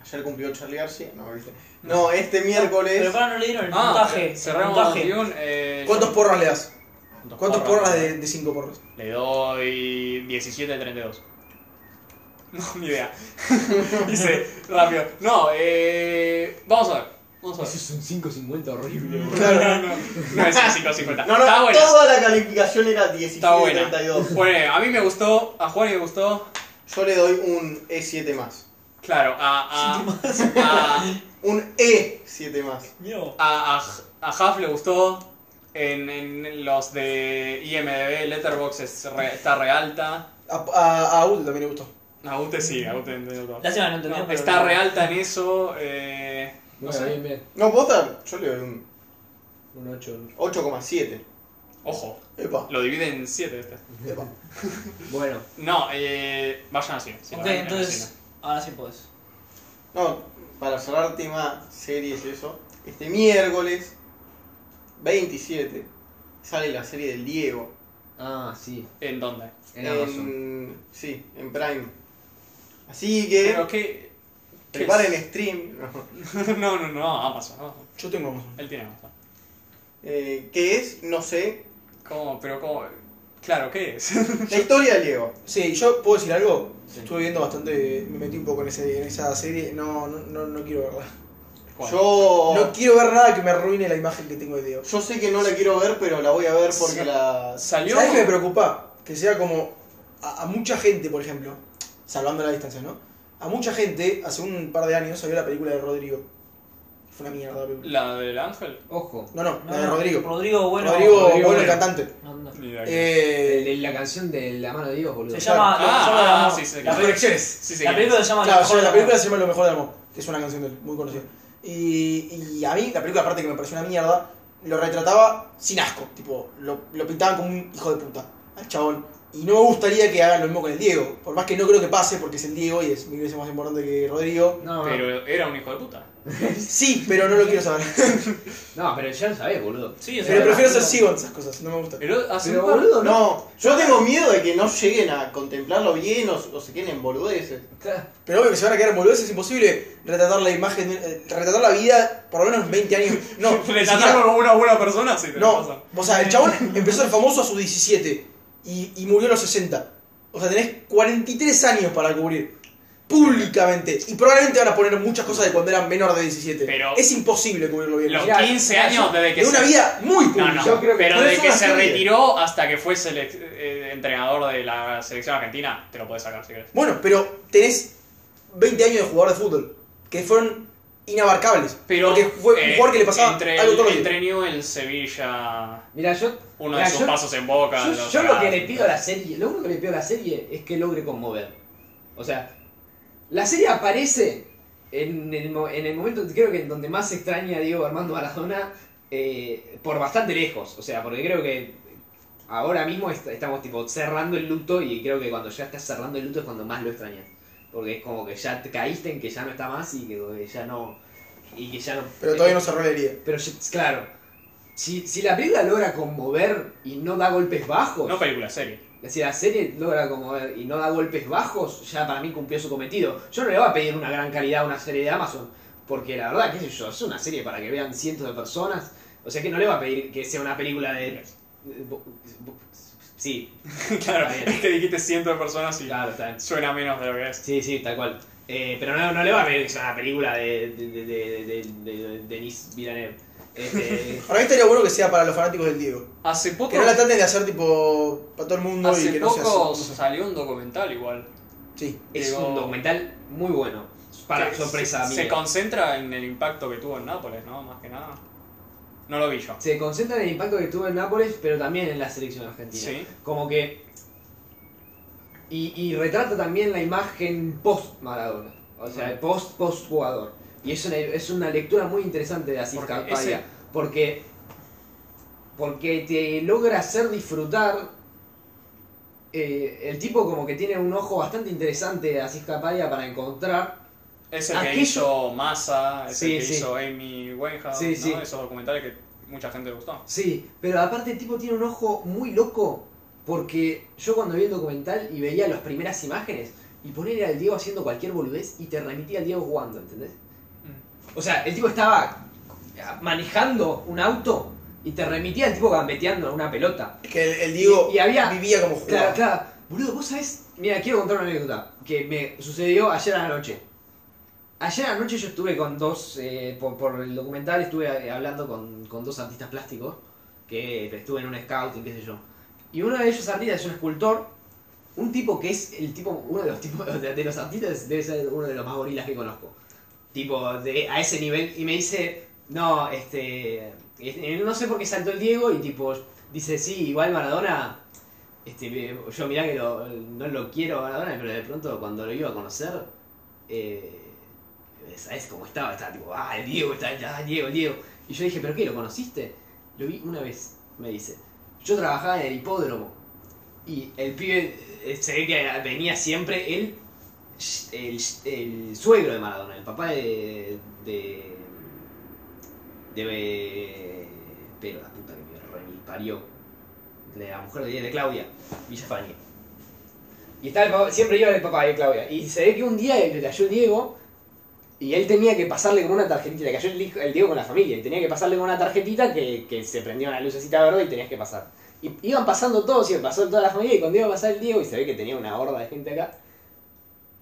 [SPEAKER 1] Ayer cumplió Charlie García. No, viste. No, este miércoles.
[SPEAKER 4] Pero para no le dieron el
[SPEAKER 3] Ah,
[SPEAKER 4] montaje.
[SPEAKER 3] cerramos
[SPEAKER 4] el montaje.
[SPEAKER 3] Dune, eh,
[SPEAKER 5] ¿Cuántos
[SPEAKER 3] yo-
[SPEAKER 5] porras le das?
[SPEAKER 3] ¿cuántos
[SPEAKER 5] ¿Cuántos
[SPEAKER 3] porras?
[SPEAKER 5] porras de, de cinco porras?
[SPEAKER 3] Le doy 17 de 32. No, ni idea. Dice, rápido. No, eh, vamos a ver. Vamos a
[SPEAKER 2] Eso
[SPEAKER 3] ver.
[SPEAKER 2] es un 550 horrible, boludo.
[SPEAKER 1] Claro.
[SPEAKER 3] No es un 550.
[SPEAKER 1] No, no,
[SPEAKER 3] Está buena.
[SPEAKER 1] toda la calificación era 17
[SPEAKER 3] Está buena.
[SPEAKER 1] 32.
[SPEAKER 3] Bueno, a mí me gustó, a Juan le gustó.
[SPEAKER 1] Yo le doy un E7 más.
[SPEAKER 3] Claro, a. a, a,
[SPEAKER 1] Un E7 más.
[SPEAKER 4] Mío.
[SPEAKER 3] a, a, a Huff le gustó. En, en los de IMDB, Letterboxd es re- está re alta.
[SPEAKER 5] A, a, a Ul también le gustó.
[SPEAKER 3] A Ute sí, a Ute entendió todo.
[SPEAKER 4] Lástima que no
[SPEAKER 3] No,
[SPEAKER 4] entendí. pero
[SPEAKER 3] está
[SPEAKER 4] no.
[SPEAKER 3] re alta en eso. Eh, no
[SPEAKER 2] Bueno,
[SPEAKER 3] sé.
[SPEAKER 2] bien, bien.
[SPEAKER 1] No, posta, yo le doy un
[SPEAKER 2] Un 8.
[SPEAKER 1] 8,7.
[SPEAKER 3] Ojo,
[SPEAKER 1] Epa,
[SPEAKER 3] lo divide en 7 este.
[SPEAKER 1] epa.
[SPEAKER 2] Bueno,
[SPEAKER 3] No, eh, vayan así. sí,
[SPEAKER 4] Ok,
[SPEAKER 3] vayan al
[SPEAKER 4] entonces.
[SPEAKER 3] cine.
[SPEAKER 4] Ahora sí puedes.
[SPEAKER 1] No, para cerrar tema series y eso, este miércoles 27 sale la serie del Diego.
[SPEAKER 2] ah, sí.
[SPEAKER 3] ¿En dónde?
[SPEAKER 2] En Amazon.
[SPEAKER 1] Sí, en Prime. Así que
[SPEAKER 3] Pero que.
[SPEAKER 1] preparen stream. no.
[SPEAKER 3] no, no, no, Amazon, Amazon.
[SPEAKER 5] Yo tengo Amazon.
[SPEAKER 3] Él tiene Amazon.
[SPEAKER 1] Eh, ¿Qué es? No sé.
[SPEAKER 3] ¿Cómo? Pero ¿cómo? Claro, ¿qué es?
[SPEAKER 1] La historia del Diego.
[SPEAKER 5] Sí, yo puedo decir algo.
[SPEAKER 3] Sí.
[SPEAKER 5] Estuve viendo bastante, me metí un poco en, ese, en esa serie. No, no, no, no quiero verla.
[SPEAKER 3] ¿Cuál?
[SPEAKER 5] No
[SPEAKER 1] Yo,
[SPEAKER 5] quiero ver nada que me arruine la imagen que tengo de Diego.
[SPEAKER 1] yo sé que no la quiero ver, pero la voy a ver porque
[SPEAKER 3] Sa-
[SPEAKER 1] la...
[SPEAKER 3] Salió.
[SPEAKER 5] ¿Sabes qué me preocupa? Que sea como a, a mucha gente, por ejemplo, salvando la distancia, ¿no? A mucha gente, hace un par de años salió la película de Rodrigo. Fue una mierda la película.
[SPEAKER 3] ¿La del ángel?
[SPEAKER 2] Ojo.
[SPEAKER 5] No, no,
[SPEAKER 4] No,
[SPEAKER 5] la de
[SPEAKER 4] no,
[SPEAKER 5] Rodrigo.
[SPEAKER 4] Rodrigo, bueno.
[SPEAKER 5] Rodrigo,
[SPEAKER 2] Rodrigo
[SPEAKER 5] bueno, el
[SPEAKER 2] Ah. Bueno.
[SPEAKER 5] cantante.
[SPEAKER 4] No, no.
[SPEAKER 3] Ni idea.
[SPEAKER 2] El
[SPEAKER 5] Eh,
[SPEAKER 2] de la canción de La mano de Dios, boludo.
[SPEAKER 4] Se llama. lo que se llama
[SPEAKER 3] Ah,
[SPEAKER 4] la-
[SPEAKER 3] ah, sí, sí.
[SPEAKER 5] las conexiones.
[SPEAKER 3] Sí, sí.
[SPEAKER 4] La película se llama.
[SPEAKER 5] Claro,
[SPEAKER 4] Lo mejor
[SPEAKER 5] sí, la
[SPEAKER 4] del
[SPEAKER 5] película
[SPEAKER 4] amor.
[SPEAKER 5] se llama Lo mejor del amor, que es una canción de él, muy conocida. Y, y a mí, la película, aparte que me pareció una mierda, lo retrataba sin asco. Tipo, lo, lo pintaban como un hijo de puta al chabón. Y no me gustaría que hagan lo mismo con el Diego. Por más que no creo que pase, porque es el Diego y es mil veces más importante que Rodrigo.
[SPEAKER 2] No, no.
[SPEAKER 3] Pero era un hijo de puta.
[SPEAKER 5] Sí, pero no lo quiero saber.
[SPEAKER 2] No, pero ya lo sabés, boludo.
[SPEAKER 4] Sí, o sea,
[SPEAKER 5] Eh, Pero prefiero
[SPEAKER 4] la-
[SPEAKER 5] ser ciego en esas cosas, no me gusta.
[SPEAKER 3] Pero hace
[SPEAKER 2] Pero
[SPEAKER 3] un par-
[SPEAKER 2] boludo, no.
[SPEAKER 1] No, yo tengo miedo de que no lleguen a contemplarlo bien o, o se queden en boludeces.
[SPEAKER 2] Está-
[SPEAKER 5] Pero obvio que se van a quedar en boludeces, es imposible retratar la imagen, eh, retratar la vida por lo menos 20 años. No, ni
[SPEAKER 3] Le
[SPEAKER 5] siquiera-
[SPEAKER 3] trataron como una buena persona, sí, tenés razón.
[SPEAKER 5] no. O sea, el chabón empezó a ser famoso a sus 17 y, y murió a los 60. O sea, tenés 43 años para cubrir. Públicamente. Y probablemente van a poner muchas cosas de cuando era menor de 17.
[SPEAKER 3] Pero-
[SPEAKER 5] es imposible cubrirlo bien.
[SPEAKER 3] Los
[SPEAKER 2] Mirá,
[SPEAKER 3] 15
[SPEAKER 2] mirá,
[SPEAKER 3] años
[SPEAKER 2] yo-
[SPEAKER 3] desde que
[SPEAKER 5] de una
[SPEAKER 3] se-
[SPEAKER 5] vida muy
[SPEAKER 3] No,
[SPEAKER 5] pública.
[SPEAKER 3] no,
[SPEAKER 2] Yo creo que-
[SPEAKER 3] pero
[SPEAKER 1] pero
[SPEAKER 3] de
[SPEAKER 1] es
[SPEAKER 3] que
[SPEAKER 1] una
[SPEAKER 3] se
[SPEAKER 1] serie.
[SPEAKER 3] retiró hasta que fue selec- eh, entrenador de la selección argentina, te lo puedes sacar si querés.
[SPEAKER 5] Bueno, pero tenés 20 años de jugador de fútbol que fueron inabarcables.
[SPEAKER 3] Pero,
[SPEAKER 5] porque fue un
[SPEAKER 3] eh,
[SPEAKER 5] jugador que le pasaba
[SPEAKER 3] entre,
[SPEAKER 5] algo todo
[SPEAKER 3] entre Newell's, Sevilla,
[SPEAKER 2] Mirá, yo.
[SPEAKER 3] uno
[SPEAKER 2] mirá,
[SPEAKER 3] de sus
[SPEAKER 2] yo-
[SPEAKER 3] pasos en boca.
[SPEAKER 2] Yo,
[SPEAKER 3] los
[SPEAKER 2] yo lo que
[SPEAKER 3] agarra.
[SPEAKER 2] le pido a la serie, lo único que le pido a la serie es que logre conmover. O sea, la serie aparece en el, mo- en el momento, creo que en donde más se extraña a Diego Armando Maradona, eh, por bastante lejos. O sea, porque creo que ahora mismo est- estamos tipo cerrando el luto y creo que cuando ya estás cerrando el luto es cuando más lo extrañas. Porque es como que ya te caíste en que ya no está más y que que ya no... Y que ya no
[SPEAKER 5] Pero todavía no cerró la herida.
[SPEAKER 2] Pero ya- claro, si, si la película logra conmover y no da golpes bajos...
[SPEAKER 3] No película, serie.
[SPEAKER 2] Si la serie logra como y no da golpes bajos, ya para mí cumplió su cometido. Yo no le voy a pedir una gran calidad a una serie de Amazon, porque la verdad, qué sé yo, es una serie para que vean cientos de personas. O sea que no le voy a pedir que sea una película de. Sí,
[SPEAKER 3] Claro,
[SPEAKER 2] Está bien.
[SPEAKER 3] es que dijiste cientos de personas y
[SPEAKER 2] claro, está bien.
[SPEAKER 3] suena menos de lo que es.
[SPEAKER 2] Sí, sí, tal cual. Eh, pero no, no le va a pedir que sea una película de, de, de, de, de- de- de- de Denis Villeneuve. Este,
[SPEAKER 5] Para mí estaría bueno que sea para los fanáticos del Diego.
[SPEAKER 3] Hace poco,
[SPEAKER 5] Que no la traten de hacer tipo para todo el mundo y
[SPEAKER 3] hace
[SPEAKER 5] que no sea
[SPEAKER 3] poco
[SPEAKER 5] así.
[SPEAKER 3] salió un documental igual.
[SPEAKER 5] Sí.
[SPEAKER 2] es
[SPEAKER 3] Digo-
[SPEAKER 2] un documental muy bueno. Para
[SPEAKER 3] que
[SPEAKER 2] sorpresa
[SPEAKER 3] se,
[SPEAKER 2] mía.
[SPEAKER 3] se concentra en el impacto que tuvo en Nápoles, ¿no? Más que nada. No lo vi yo.
[SPEAKER 2] se concentra en el impacto que tuvo en Nápoles, pero también en la selección argentina.
[SPEAKER 3] Sí.
[SPEAKER 2] Como que. Y, y retrata también la imagen post Maradona. O sea, post post jugador. Y es una, es una lectura muy interesante de Asís
[SPEAKER 3] Porque
[SPEAKER 2] Carpadia.
[SPEAKER 3] ese-
[SPEAKER 2] Porque. Porque te logra hacer disfrutar. eh, el tipo como que tiene un ojo bastante interesante de Asís Carpadia para encontrar
[SPEAKER 3] Es el que
[SPEAKER 2] Aquello-
[SPEAKER 3] hizo Massa, es
[SPEAKER 2] Sí,
[SPEAKER 3] el que
[SPEAKER 2] sí.
[SPEAKER 3] hizo Amy Winehouse,
[SPEAKER 2] Sí,
[SPEAKER 3] ¿no?
[SPEAKER 2] sí.
[SPEAKER 3] Esos documentales que mucha gente le gustó.
[SPEAKER 2] Sí, pero aparte el tipo tiene un ojo muy loco. Porque yo cuando vi el documental y veía las primeras imágenes y poner al Diego haciendo cualquier boludez y te remitía al Diego jugando, ¿entendés? O sea, el tipo estaba manejando un auto y te remitía al tipo gambeteando a una pelota.
[SPEAKER 5] Es que el, el Diego
[SPEAKER 2] Y- y había-
[SPEAKER 5] vivía como
[SPEAKER 2] Claro,
[SPEAKER 5] jugador.
[SPEAKER 2] claro. Boludo, vos sabés. Mira, quiero contar una anécdota que me sucedió ayer a la noche. Ayer anoche yo estuve con dos, eh, por, por el documental estuve eh, hablando con, con dos artistas plásticos que estuve en un scouting, qué sé yo. Y uno de ellos artistas es un escultor, un tipo que es el tipo, uno de los tipos de, de los artistas debe ser uno de los más gorilas que conozco. Tipo, de, a ese nivel, y me dice, no, este, este, no sé por qué saltó el Diego y tipo, dice, sí, igual Maradona, este, yo mirá que lo- no lo quiero a Maradona, pero de pronto cuando lo iba a conocer, eh, ¿sabes cómo estaba? Estaba tipo, ah, el Diego, está, ah, Diego, el Diego. Y yo dije, ¿pero qué? ¿Lo conociste? Lo vi una vez, me dice. Yo trabajaba en el hipódromo. Y el pibe eh, se ve que venía siempre el, el, el suegro de Maradona, el papá de. de. de. pero la puta que me re- me parió. De la mujer de, de Claudia, Villafañe. Y estaba el papá- siempre iba el papá de Claudia. Y se ve que un día le cayó el Diego y él tenía que pasarle como una tarjetita, le cayó el, hijo- el Diego con la familia, y tenía que pasarle como una tarjetita que, que se prendía una lucecita verde y tenías que pasar. Y iban pasando todos, y pasó toda la familia, y cuando iba a pasar el Diego, y se ve que tenía una horda de gente acá,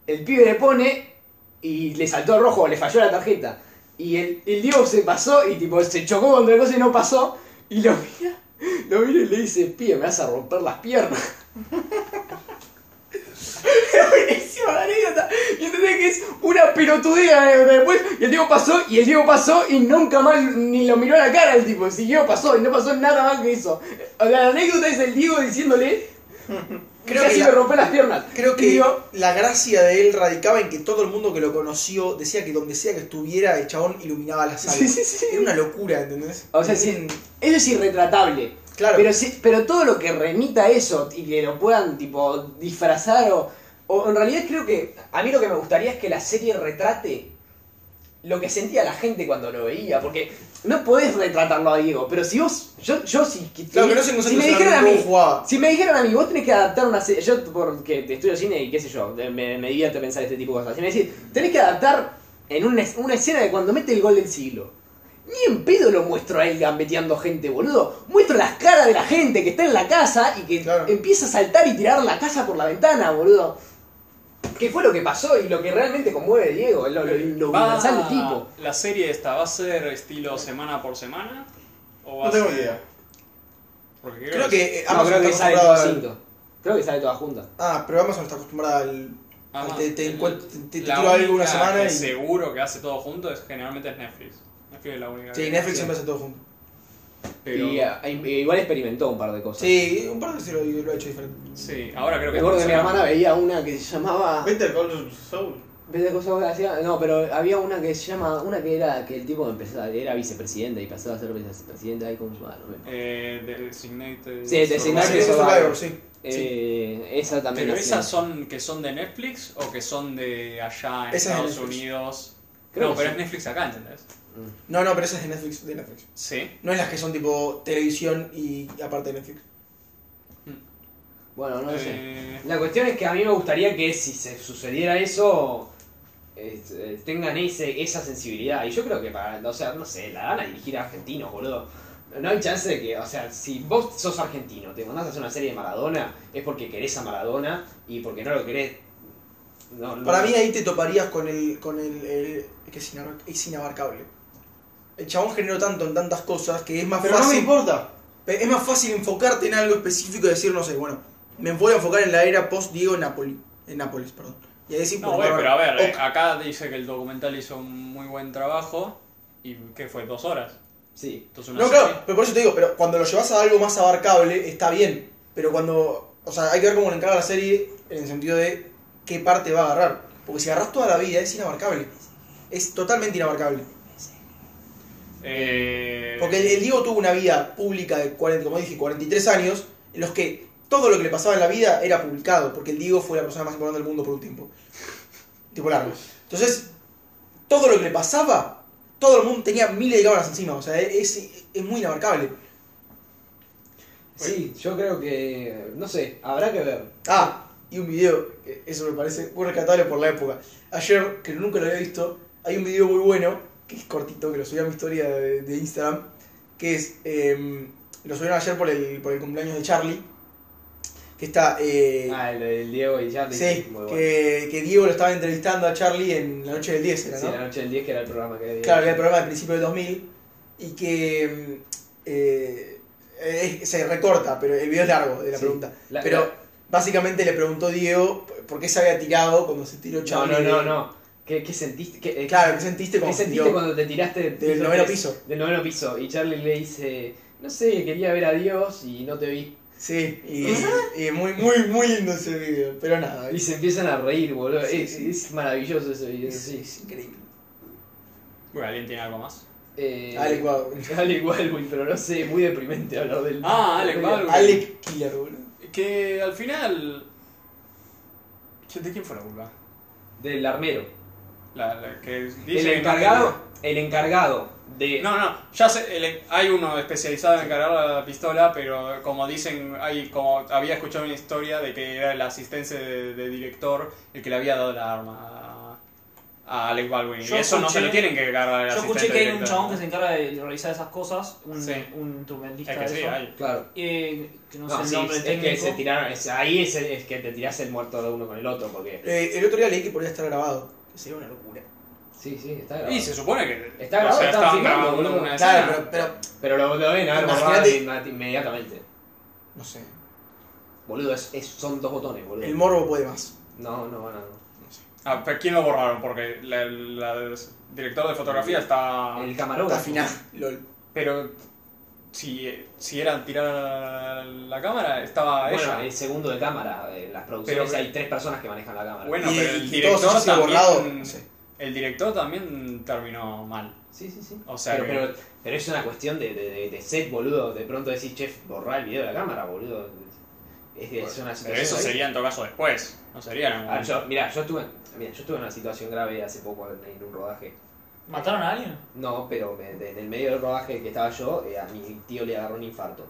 [SPEAKER 2] el pibe le pone y le saltó al rojo, le falló la tarjeta. Y el, el Diego se pasó y tipo se chocó contra el cosa y no pasó, y lo mira, lo mira y le dice, pibe, me vas a romper las piernas. Buenísima la anécdota. Y entendés que es una pelotudea la anécdota después. Y el Diego pasó, y el Diego pasó, y nunca más ni lo miró a la cara el tipo. Siguió, pasó, y no pasó nada más que eso. O sea, la anécdota es el Diego diciéndole.
[SPEAKER 5] Creo
[SPEAKER 2] casi
[SPEAKER 5] que
[SPEAKER 2] me
[SPEAKER 5] la-
[SPEAKER 2] rompe las piernas.
[SPEAKER 5] Creo que
[SPEAKER 2] Y digo,
[SPEAKER 5] la gracia de él radicaba en que todo el mundo que lo conoció decía que donde sea que estuviera, el chabón iluminaba la sala.
[SPEAKER 2] Sí, sí, sí.
[SPEAKER 5] Era una locura, ¿entendés?
[SPEAKER 2] O sea, sí. Eso es irretratable.
[SPEAKER 5] Claro.
[SPEAKER 2] Pero, sí- pero todo lo que remita a eso y que lo puedan tipo disfrazar o, o en realidad creo que a mí lo que me gustaría es que la serie retrate lo que sentía la gente cuando lo veía, porque no podés retratarlo a Diego, pero si vos, yo, yo si,
[SPEAKER 5] claro que no se
[SPEAKER 2] si
[SPEAKER 5] concentra
[SPEAKER 2] me
[SPEAKER 5] solamente
[SPEAKER 2] dijeran a
[SPEAKER 5] en
[SPEAKER 2] mí,
[SPEAKER 5] cómo jugaba.
[SPEAKER 2] si me dijeran a mí, vos tenés que adaptar una serie. Yo, porque estudio cine y qué sé yo, de- me, me divierte pensar este tipo de cosas. Si me decís, tenés que adaptar en una, es- una escena de cuando mete el gol del siglo. Ni en pedo lo muestro a él gambeteando gente, boludo. Muestro las caras de la gente que está en la casa y que
[SPEAKER 5] Claro.
[SPEAKER 2] empieza a saltar y tirar la casa por la ventana, boludo. ¿Qué fue lo que pasó y lo que realmente conmueve a Diego? Lo, lo, lo
[SPEAKER 3] Va-
[SPEAKER 2] universal del tipo.
[SPEAKER 3] La serie esta va a ser estilo semana por semana o va
[SPEAKER 1] No
[SPEAKER 3] a
[SPEAKER 1] tengo
[SPEAKER 3] ser-
[SPEAKER 1] idea.
[SPEAKER 3] Porque creo,
[SPEAKER 5] Creo
[SPEAKER 3] que
[SPEAKER 5] que eh,
[SPEAKER 2] No,
[SPEAKER 5] Amazon
[SPEAKER 2] creo que
[SPEAKER 5] está
[SPEAKER 2] sale todo
[SPEAKER 5] acostumbrada al-
[SPEAKER 2] junto. Creo que sale toda junta.
[SPEAKER 5] Ah, pero Amazon está acostumbrada al.
[SPEAKER 3] Además,
[SPEAKER 5] te- te encuent- te- te
[SPEAKER 3] Ah, la
[SPEAKER 5] tiro algo una
[SPEAKER 3] única
[SPEAKER 5] semana
[SPEAKER 3] que
[SPEAKER 5] y-
[SPEAKER 3] seguro que hace todo junto es generalmente es Netflix. Netflix es la única.
[SPEAKER 5] Sí,
[SPEAKER 3] que-
[SPEAKER 5] Netflix siempre hace todo junto.
[SPEAKER 3] Pero-
[SPEAKER 2] Y, ah, y- igual experimentó un par de cosas.
[SPEAKER 5] Sí, un par de veces lo, lo ha hecho diferente.
[SPEAKER 3] Sí, ahora creo que
[SPEAKER 2] Me acuerdo que mi
[SPEAKER 3] es por
[SPEAKER 2] hermana veía una que se llamaba.
[SPEAKER 1] Better Call Saul.
[SPEAKER 2] ¿Ves de cosas que hacía? No, pero había una que se llama. Una que era que el tipo empezaba, era vicepresidenta y pasaba a ser vicepresidenta. Ahí como se llama, no me acuerdo.
[SPEAKER 3] Eh, Designated.
[SPEAKER 2] Sí, Designated
[SPEAKER 5] Sí,
[SPEAKER 2] Survivor.
[SPEAKER 5] es Survivor, sí.
[SPEAKER 2] Eh, Esa también.
[SPEAKER 3] Pero
[SPEAKER 2] hacía.
[SPEAKER 3] esas son que son de Netflix o que son de allá en
[SPEAKER 5] Esas de
[SPEAKER 3] Estados
[SPEAKER 5] Netflix.
[SPEAKER 3] Unidos.
[SPEAKER 2] Creo
[SPEAKER 3] no,
[SPEAKER 2] que
[SPEAKER 3] pero
[SPEAKER 2] sí.
[SPEAKER 3] es Netflix acá, ¿entendés?
[SPEAKER 5] No, no, pero esas de Netflix, de Netflix.
[SPEAKER 3] Sí.
[SPEAKER 5] No es las que son tipo televisión y aparte de Netflix.
[SPEAKER 2] Bueno, no sé.
[SPEAKER 3] Eh,
[SPEAKER 2] La cuestión es que a mí me gustaría que si se sucediera eso. eh, eh, tengan ese, esa sensibilidad. Y yo creo que para. O sea, no sé, la van a dirigir a argentinos, boludo. No hay chance de que. O sea, si vos sos argentino, te mandás a hacer una serie de Maradona, es porque querés a Maradona y porque no lo querés. No, no-
[SPEAKER 5] Para mí ahí te toparías con el. con el. el- es que es, inabar- es inabarcable. El chabón generó tanto en tantas cosas que es más
[SPEAKER 1] Pero no me
[SPEAKER 5] fácil.
[SPEAKER 1] importa.
[SPEAKER 5] es más fácil enfocarte en algo específico y decir, no sé, bueno, me voy a enfocar en la era post Diego Napoli. En Nápoles, perdón. Y ahí sí
[SPEAKER 3] No, güey, pero a ver, eh, acá dice que el documental hizo un muy buen trabajo. ¿Y qué fue? ¿Dos horas?
[SPEAKER 2] Sí.
[SPEAKER 3] Entonces una
[SPEAKER 5] No,
[SPEAKER 3] serie-
[SPEAKER 5] claro, pero por eso te digo, pero cuando lo llevas a algo más abarcable, está bien. Pero cuando. O sea, hay que ver cómo le encarga la serie en el sentido de qué parte va a agarrar. Porque si agarras toda la vida, es inabarcable. Es totalmente inabarcable.
[SPEAKER 3] Eh,
[SPEAKER 5] Porque el, el Diego tuvo una vida pública de 40, como dije, 43 años, en los que todo lo que le pasaba en la vida era publicado, porque el Diego fue la persona más importante del mundo por un tiempo. Tipo largo. Entonces, todo lo que le pasaba, todo el mundo tenía miles de cámaras encima, o sea, es, es muy inabarcable.
[SPEAKER 2] Sí, yo creo que. No sé, habrá que ver.
[SPEAKER 5] Ah, y un video, que eso me parece muy rescatable por la época. Ayer, que nunca lo había visto, hay un video muy bueno, que es cortito, que lo subí a mi historia de, de Instagram, que es, em, lo subieron ayer por el, por el cumpleaños de Charlie, que está... eh,
[SPEAKER 2] Ah, el, el Diego y Charlie.
[SPEAKER 5] sí,
[SPEAKER 2] muy bueno.
[SPEAKER 5] que, que Diego lo estaba entrevistando a Charlie en la noche del 10, era,
[SPEAKER 2] Sí,
[SPEAKER 5] ¿no?
[SPEAKER 2] la noche del 10 que era el programa que había.
[SPEAKER 5] Claro, había el programa al principio del 2000 y que em, eh, eh, se recorta, pero el video es largo de la
[SPEAKER 2] Sí.
[SPEAKER 5] pregunta.
[SPEAKER 2] La-
[SPEAKER 5] pero básicamente le preguntó Diego por qué se había tirado cuando se tiró
[SPEAKER 2] No,
[SPEAKER 5] Charlie.
[SPEAKER 2] no, no,
[SPEAKER 5] de-
[SPEAKER 2] no. ¿Qué, qué sentiste? ¿Qué, eh,
[SPEAKER 5] Claro, ¿qué sentiste
[SPEAKER 2] ¿qué
[SPEAKER 5] cuando se
[SPEAKER 2] sentiste
[SPEAKER 5] tiró?
[SPEAKER 2] cuando te tiraste del
[SPEAKER 5] Del noveno piso.
[SPEAKER 2] Del noveno piso. Y Charlie le dice, no sé, quería ver a Dios y no te vi.
[SPEAKER 5] Sí, y, y muy, muy, muy lindo ese video, pero nada.
[SPEAKER 2] Y
[SPEAKER 5] es-
[SPEAKER 2] se empiezan a reír, boludo.
[SPEAKER 5] Sí,
[SPEAKER 2] es,
[SPEAKER 5] sí.
[SPEAKER 2] es maravilloso ese video,
[SPEAKER 5] es,
[SPEAKER 2] sí.
[SPEAKER 5] es increíble.
[SPEAKER 3] Bueno, ¿alguien tiene algo más?
[SPEAKER 2] Eh,
[SPEAKER 5] Alec Baldwin.
[SPEAKER 2] Alec Baldwin, pero no sé, muy deprimente hablar del...
[SPEAKER 3] Ah, Alec Baldwin.
[SPEAKER 5] Alec Killer, boludo.
[SPEAKER 3] Que al final. Che, ¿De quién fue la culpa?
[SPEAKER 2] Del armero.
[SPEAKER 3] La, la que dice
[SPEAKER 2] El
[SPEAKER 3] que no-
[SPEAKER 2] encargado, el encargado de...
[SPEAKER 3] No, no, ya sé, el- hay uno especializado en cargar la pistola, pero como dicen, hay, como había escuchado una historia de que era el asistente de, de director el que le había dado la arma a, a Alec Baldwin.
[SPEAKER 4] Yo
[SPEAKER 3] y eso no se
[SPEAKER 4] escuché-
[SPEAKER 3] lo tienen que cargar al
[SPEAKER 4] Yo
[SPEAKER 3] asistente
[SPEAKER 4] escuché que hay un
[SPEAKER 3] director.
[SPEAKER 4] chabón que se encarga de realizar esas cosas, un,
[SPEAKER 3] Sí.
[SPEAKER 4] un instrumentista
[SPEAKER 3] Es que
[SPEAKER 4] de
[SPEAKER 3] sí,
[SPEAKER 4] eso.
[SPEAKER 3] hay.
[SPEAKER 2] Claro.
[SPEAKER 4] Eh, que no,
[SPEAKER 2] No,
[SPEAKER 4] sé el
[SPEAKER 2] sí,
[SPEAKER 4] nombre
[SPEAKER 2] es
[SPEAKER 4] técnico.
[SPEAKER 2] que se tiraron, es- ahí es, el- es que te tirás el muerto de uno con el otro, porque...
[SPEAKER 5] Eh, el otro día leí que podría estar grabado. que Sería una locura.
[SPEAKER 2] Sí, sí, está grabado.
[SPEAKER 3] Y se supone que.
[SPEAKER 2] Está grabado, estaban
[SPEAKER 3] estaban
[SPEAKER 2] filmando,
[SPEAKER 3] grabando
[SPEAKER 2] boludo.
[SPEAKER 3] una escena.
[SPEAKER 5] Claro, pero, pero
[SPEAKER 2] Pero lo, lo deben haber borrado
[SPEAKER 5] Imagínate.
[SPEAKER 2] inma- inmediatamente.
[SPEAKER 5] no sé.
[SPEAKER 2] Boludo, es, es- son dos botones, boludo.
[SPEAKER 5] El morbo puede más.
[SPEAKER 2] No, no, van a- no.
[SPEAKER 3] Ah, pero ¿Quién lo borraron? Porque la- la- el director de fotografía está.
[SPEAKER 2] El camarógrafo.
[SPEAKER 5] Está final. LOL.
[SPEAKER 3] Pero si, si era tirar la cámara, estaba
[SPEAKER 2] Bueno,
[SPEAKER 3] Ah, ella.
[SPEAKER 2] el segundo de cámara. eh, las producciones
[SPEAKER 3] Pero-
[SPEAKER 2] hay tres personas que manejan la cámara.
[SPEAKER 3] Bueno,
[SPEAKER 5] Y-
[SPEAKER 3] pero el
[SPEAKER 5] y todo eso
[SPEAKER 3] director
[SPEAKER 5] ha sido
[SPEAKER 3] también.
[SPEAKER 5] borrado, no sé.
[SPEAKER 3] El director también terminó mal.
[SPEAKER 2] Sí, sí, sí.
[SPEAKER 3] O sea
[SPEAKER 2] pero,
[SPEAKER 3] que-
[SPEAKER 2] pero, pero es una cuestión de, de- de- de set, boludo. De pronto decís, chef, borrá el video de la cámara, boludo. Es, es una situación.
[SPEAKER 3] Pero eso
[SPEAKER 2] ahí.
[SPEAKER 3] sería en todo caso después. No sería en el
[SPEAKER 2] Ah,
[SPEAKER 3] momento.
[SPEAKER 2] yo, mira, yo estuve, mira, yo estuve en una situación grave hace poco en, en un rodaje.
[SPEAKER 4] ¿Mataron a alguien?
[SPEAKER 2] No, pero me- de- en el medio del rodaje que estaba yo, eh, a mi tío le agarró un infarto.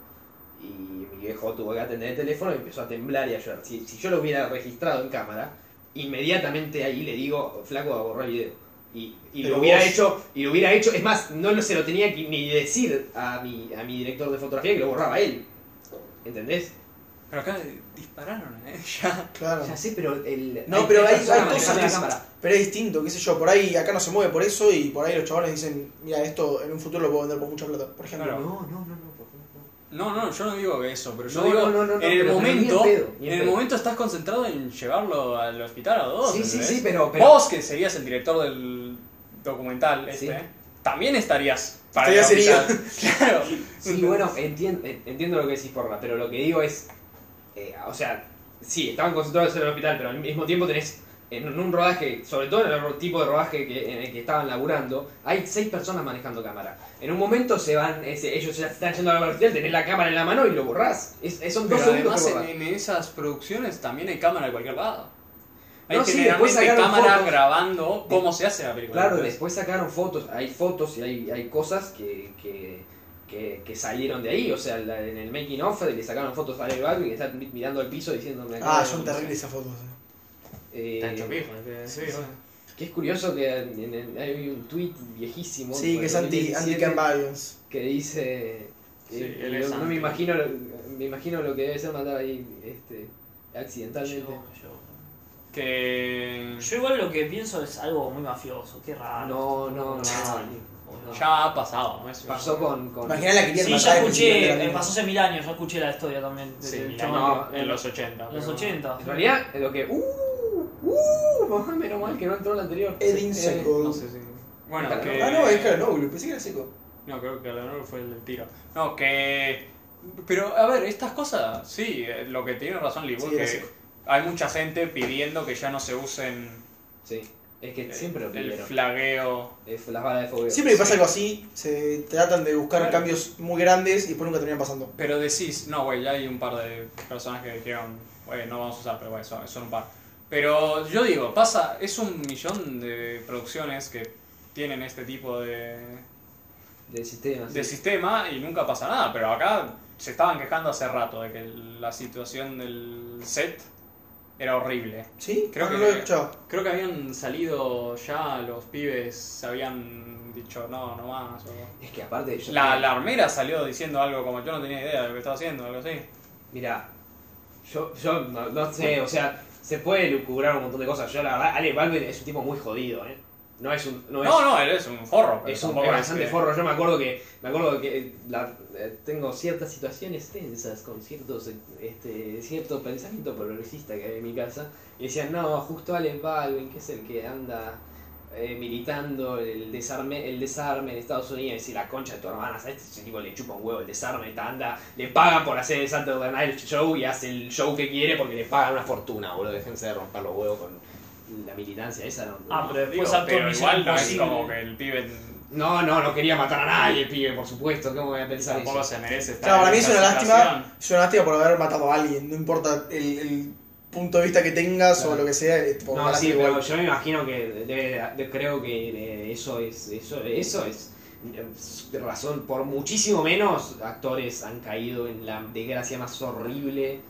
[SPEAKER 2] Y mi viejo tuvo que atender el teléfono y empezó a temblar y a llorar. Si, si yo lo hubiera registrado en cámara, inmediatamente ahí le digo, flaco, a borrar el video. Y, y
[SPEAKER 5] Pero
[SPEAKER 2] lo hubiera
[SPEAKER 5] vos-
[SPEAKER 2] hecho, y lo hubiera hecho, es más, no lo- se lo tenía que ni decir a mi, a mi director de fotografía que lo borraba él. ¿Entendés?
[SPEAKER 3] Pero acá dispararon ¿eh? a ella.
[SPEAKER 5] Claro.
[SPEAKER 2] Ya sé, pero el.
[SPEAKER 5] No, pero
[SPEAKER 2] tres
[SPEAKER 5] hay-
[SPEAKER 2] personas
[SPEAKER 5] hay cosas
[SPEAKER 2] manejando
[SPEAKER 5] que-
[SPEAKER 2] la cámara.
[SPEAKER 5] Pero es distinto, qué sé yo, por ahí acá no se mueve por eso y por ahí los chavales dicen, mira, esto en un futuro lo puedo vender por mucha plata, por ejemplo.
[SPEAKER 3] Claro.
[SPEAKER 2] No, no, no, no, por favor.
[SPEAKER 3] No, no, yo no digo eso, pero yo
[SPEAKER 2] No,
[SPEAKER 3] digo.
[SPEAKER 2] no, no, no, no,
[SPEAKER 3] en el
[SPEAKER 2] pero
[SPEAKER 3] momento.
[SPEAKER 2] ni en pedo, ni en
[SPEAKER 3] en el
[SPEAKER 2] pedo.
[SPEAKER 3] momento estás concentrado en llevarlo al hospital a dos.
[SPEAKER 2] Sí, sí,
[SPEAKER 3] ¿entendés?
[SPEAKER 2] sí, pero. pero
[SPEAKER 3] Vos, que serías el director del documental este,
[SPEAKER 2] Sí.
[SPEAKER 3] también estarías para
[SPEAKER 5] Estarías
[SPEAKER 3] el hospital. claro.
[SPEAKER 2] Sí, bueno, entien- en- entiendo lo que decís, Porra, pero lo que digo es. eh, o sea, sí, estaban concentrados en el hospital, pero al mismo tiempo tenés. En un- un rodaje, sobre todo en el ro- tipo de rodaje que, en el que estaban laburando, hay seis personas manejando cámara. En un momento se van, eh, se- ellos ya están yendo al hospital, tenés la cámara en la mano y lo borrás. Es, es- son dos
[SPEAKER 3] Pero
[SPEAKER 2] segundos
[SPEAKER 3] además
[SPEAKER 2] que
[SPEAKER 3] en,
[SPEAKER 2] borrás.
[SPEAKER 3] en esas producciones también hay cámara de cualquier lado. Hay
[SPEAKER 2] No, sí, después
[SPEAKER 3] generalmente
[SPEAKER 2] sacaron
[SPEAKER 3] cámara
[SPEAKER 2] fotos.
[SPEAKER 3] grabando cómo se hace la película.
[SPEAKER 2] Claro, después sacaron fotos, hay fotos y hay, hay cosas que, que, que, que salieron de ahí. O sea, la- en el making of le sacaron fotos a Alec Baldwin que está mi- mirando al piso diciéndome
[SPEAKER 5] Ah, son terribles esas fotos. eh.
[SPEAKER 2] Eh,
[SPEAKER 3] Está hecho viejo, este, sí, bueno.
[SPEAKER 2] que es curioso que en- en- hay un tweet viejísimo
[SPEAKER 5] Sí,
[SPEAKER 2] del
[SPEAKER 5] que es anti,
[SPEAKER 2] 2017,
[SPEAKER 5] anti Ken Violence.
[SPEAKER 2] que dice
[SPEAKER 3] Sí,
[SPEAKER 2] eh,
[SPEAKER 3] él
[SPEAKER 2] yo
[SPEAKER 3] es
[SPEAKER 2] no
[SPEAKER 3] anti.
[SPEAKER 2] me imagino lo, me imagino lo que debe ser matar ahí este accidentalmente
[SPEAKER 4] Yo, yo.
[SPEAKER 3] Que
[SPEAKER 4] Yo igual lo que pienso es algo muy mafioso, qué raro.
[SPEAKER 2] no no no, no.
[SPEAKER 3] ya ha pasado, ¿no? Eso
[SPEAKER 2] pasó con, con
[SPEAKER 5] Imaginá la querían
[SPEAKER 4] Sí,
[SPEAKER 5] matar
[SPEAKER 4] ya
[SPEAKER 5] al principio de la
[SPEAKER 4] escuché, eh,
[SPEAKER 5] película.
[SPEAKER 4] pasó hace mil años, ya escuché la historia también. de-
[SPEAKER 3] Sí,
[SPEAKER 4] del
[SPEAKER 3] mira,
[SPEAKER 4] chabón.
[SPEAKER 3] no, en los 80.
[SPEAKER 4] Los
[SPEAKER 3] pero-
[SPEAKER 4] 80.
[SPEAKER 2] en realidad lo que uh uh menos mal que no entró el anterior
[SPEAKER 5] Edin
[SPEAKER 2] Eh,
[SPEAKER 5] Seco.
[SPEAKER 3] No sé si. Bueno,
[SPEAKER 2] Claro.
[SPEAKER 3] que.
[SPEAKER 5] Ah, no, es Caranoglu, pensé que era Seco.
[SPEAKER 3] No, creo que Alanor fue el del tiro. No, que. Pero, a ver, estas cosas, sí, eh, lo que tiene razón Lee Wood,
[SPEAKER 5] Sí,
[SPEAKER 3] que
[SPEAKER 5] sí.
[SPEAKER 3] hay mucha gente pidiendo que ya no se usen
[SPEAKER 2] sí es que
[SPEAKER 3] eh,
[SPEAKER 2] siempre lo
[SPEAKER 3] el
[SPEAKER 2] pidieron
[SPEAKER 3] flagueo.
[SPEAKER 2] Es las balas de fogueo
[SPEAKER 5] Siempre que pasa
[SPEAKER 3] Sí.
[SPEAKER 5] algo así, se tratan de buscar
[SPEAKER 3] Claro.
[SPEAKER 5] cambios muy grandes y después nunca terminan pasando.
[SPEAKER 3] Pero decís, no, güey, ya hay un par de personas que dijeron, güey, no vamos a usar, pero güey, son, son un par. Pero yo digo, pasa, es un millón de producciones que tienen este tipo de,
[SPEAKER 2] del sistema
[SPEAKER 3] de
[SPEAKER 2] sí.
[SPEAKER 3] sistema y nunca pasa nada. Pero acá se estaban quejando hace rato de que la situación del set era horrible.
[SPEAKER 5] ¿Sí?
[SPEAKER 3] Creo
[SPEAKER 5] Ah,
[SPEAKER 3] que-
[SPEAKER 5] no lo he escuchado.
[SPEAKER 3] Creo que habían salido ya los pibes, habían dicho, no, no más. o-
[SPEAKER 2] es que aparte yo
[SPEAKER 3] La, la armera salió diciendo algo como yo no tenía idea de lo que estaba haciendo, algo así.
[SPEAKER 2] Mira, Yo, yo no, no sé, o sea, se puede lucubrar un montón de cosas. Yo, la verdad, Alex Baldwin es un tipo muy jodido, ¿eh? No es un. No, es,
[SPEAKER 3] No, no, él es un forro. pero
[SPEAKER 2] es un
[SPEAKER 3] tampoco
[SPEAKER 2] es bastante
[SPEAKER 3] que-
[SPEAKER 2] forro. Yo me acuerdo que. Me acuerdo que eh, la- eh, tengo ciertas situaciones tensas con ciertos eh, este, cierto pensamiento progresista que hay en mi casa. Y decían, no, justo Alex Baldwin, que es el que anda eh, militando el desarme, el desarme en Estados Unidos. Y decir, la concha de tu hermana, ¿sabes? Ese tipo le chupa un huevo el desarme, ta, anda, le pagan por hacer el Saturday Night Show y hace el show que quiere porque le pagan una fortuna, boludo. Déjense de romper los huevos con la militancia esa. No,
[SPEAKER 4] Ah, pero
[SPEAKER 3] Digo,
[SPEAKER 4] después saltó
[SPEAKER 3] pero
[SPEAKER 4] Misión
[SPEAKER 3] igual no es
[SPEAKER 4] Imposible.
[SPEAKER 3] como que el pibe
[SPEAKER 2] no, no, no quería matar a nadie, pibe, por supuesto. ¿Cómo voy a pensar
[SPEAKER 3] tampoco
[SPEAKER 2] eso?
[SPEAKER 3] se merece estar
[SPEAKER 5] Claro, para
[SPEAKER 3] en
[SPEAKER 5] mí es
[SPEAKER 3] esa
[SPEAKER 5] una
[SPEAKER 3] situación.
[SPEAKER 5] lástima, es una lástima por haber matado a alguien, no importa el, el punto de vista que tengas o
[SPEAKER 2] Claro.
[SPEAKER 5] lo que sea, es tipo,
[SPEAKER 2] No,
[SPEAKER 5] una
[SPEAKER 2] sí,
[SPEAKER 5] lástima
[SPEAKER 2] pero
[SPEAKER 5] igual.
[SPEAKER 2] yo me imagino que debe- de- creo que eh, eso es eso eso es eh, razón por muchísimo menos actores han caído en la desgracia más horrible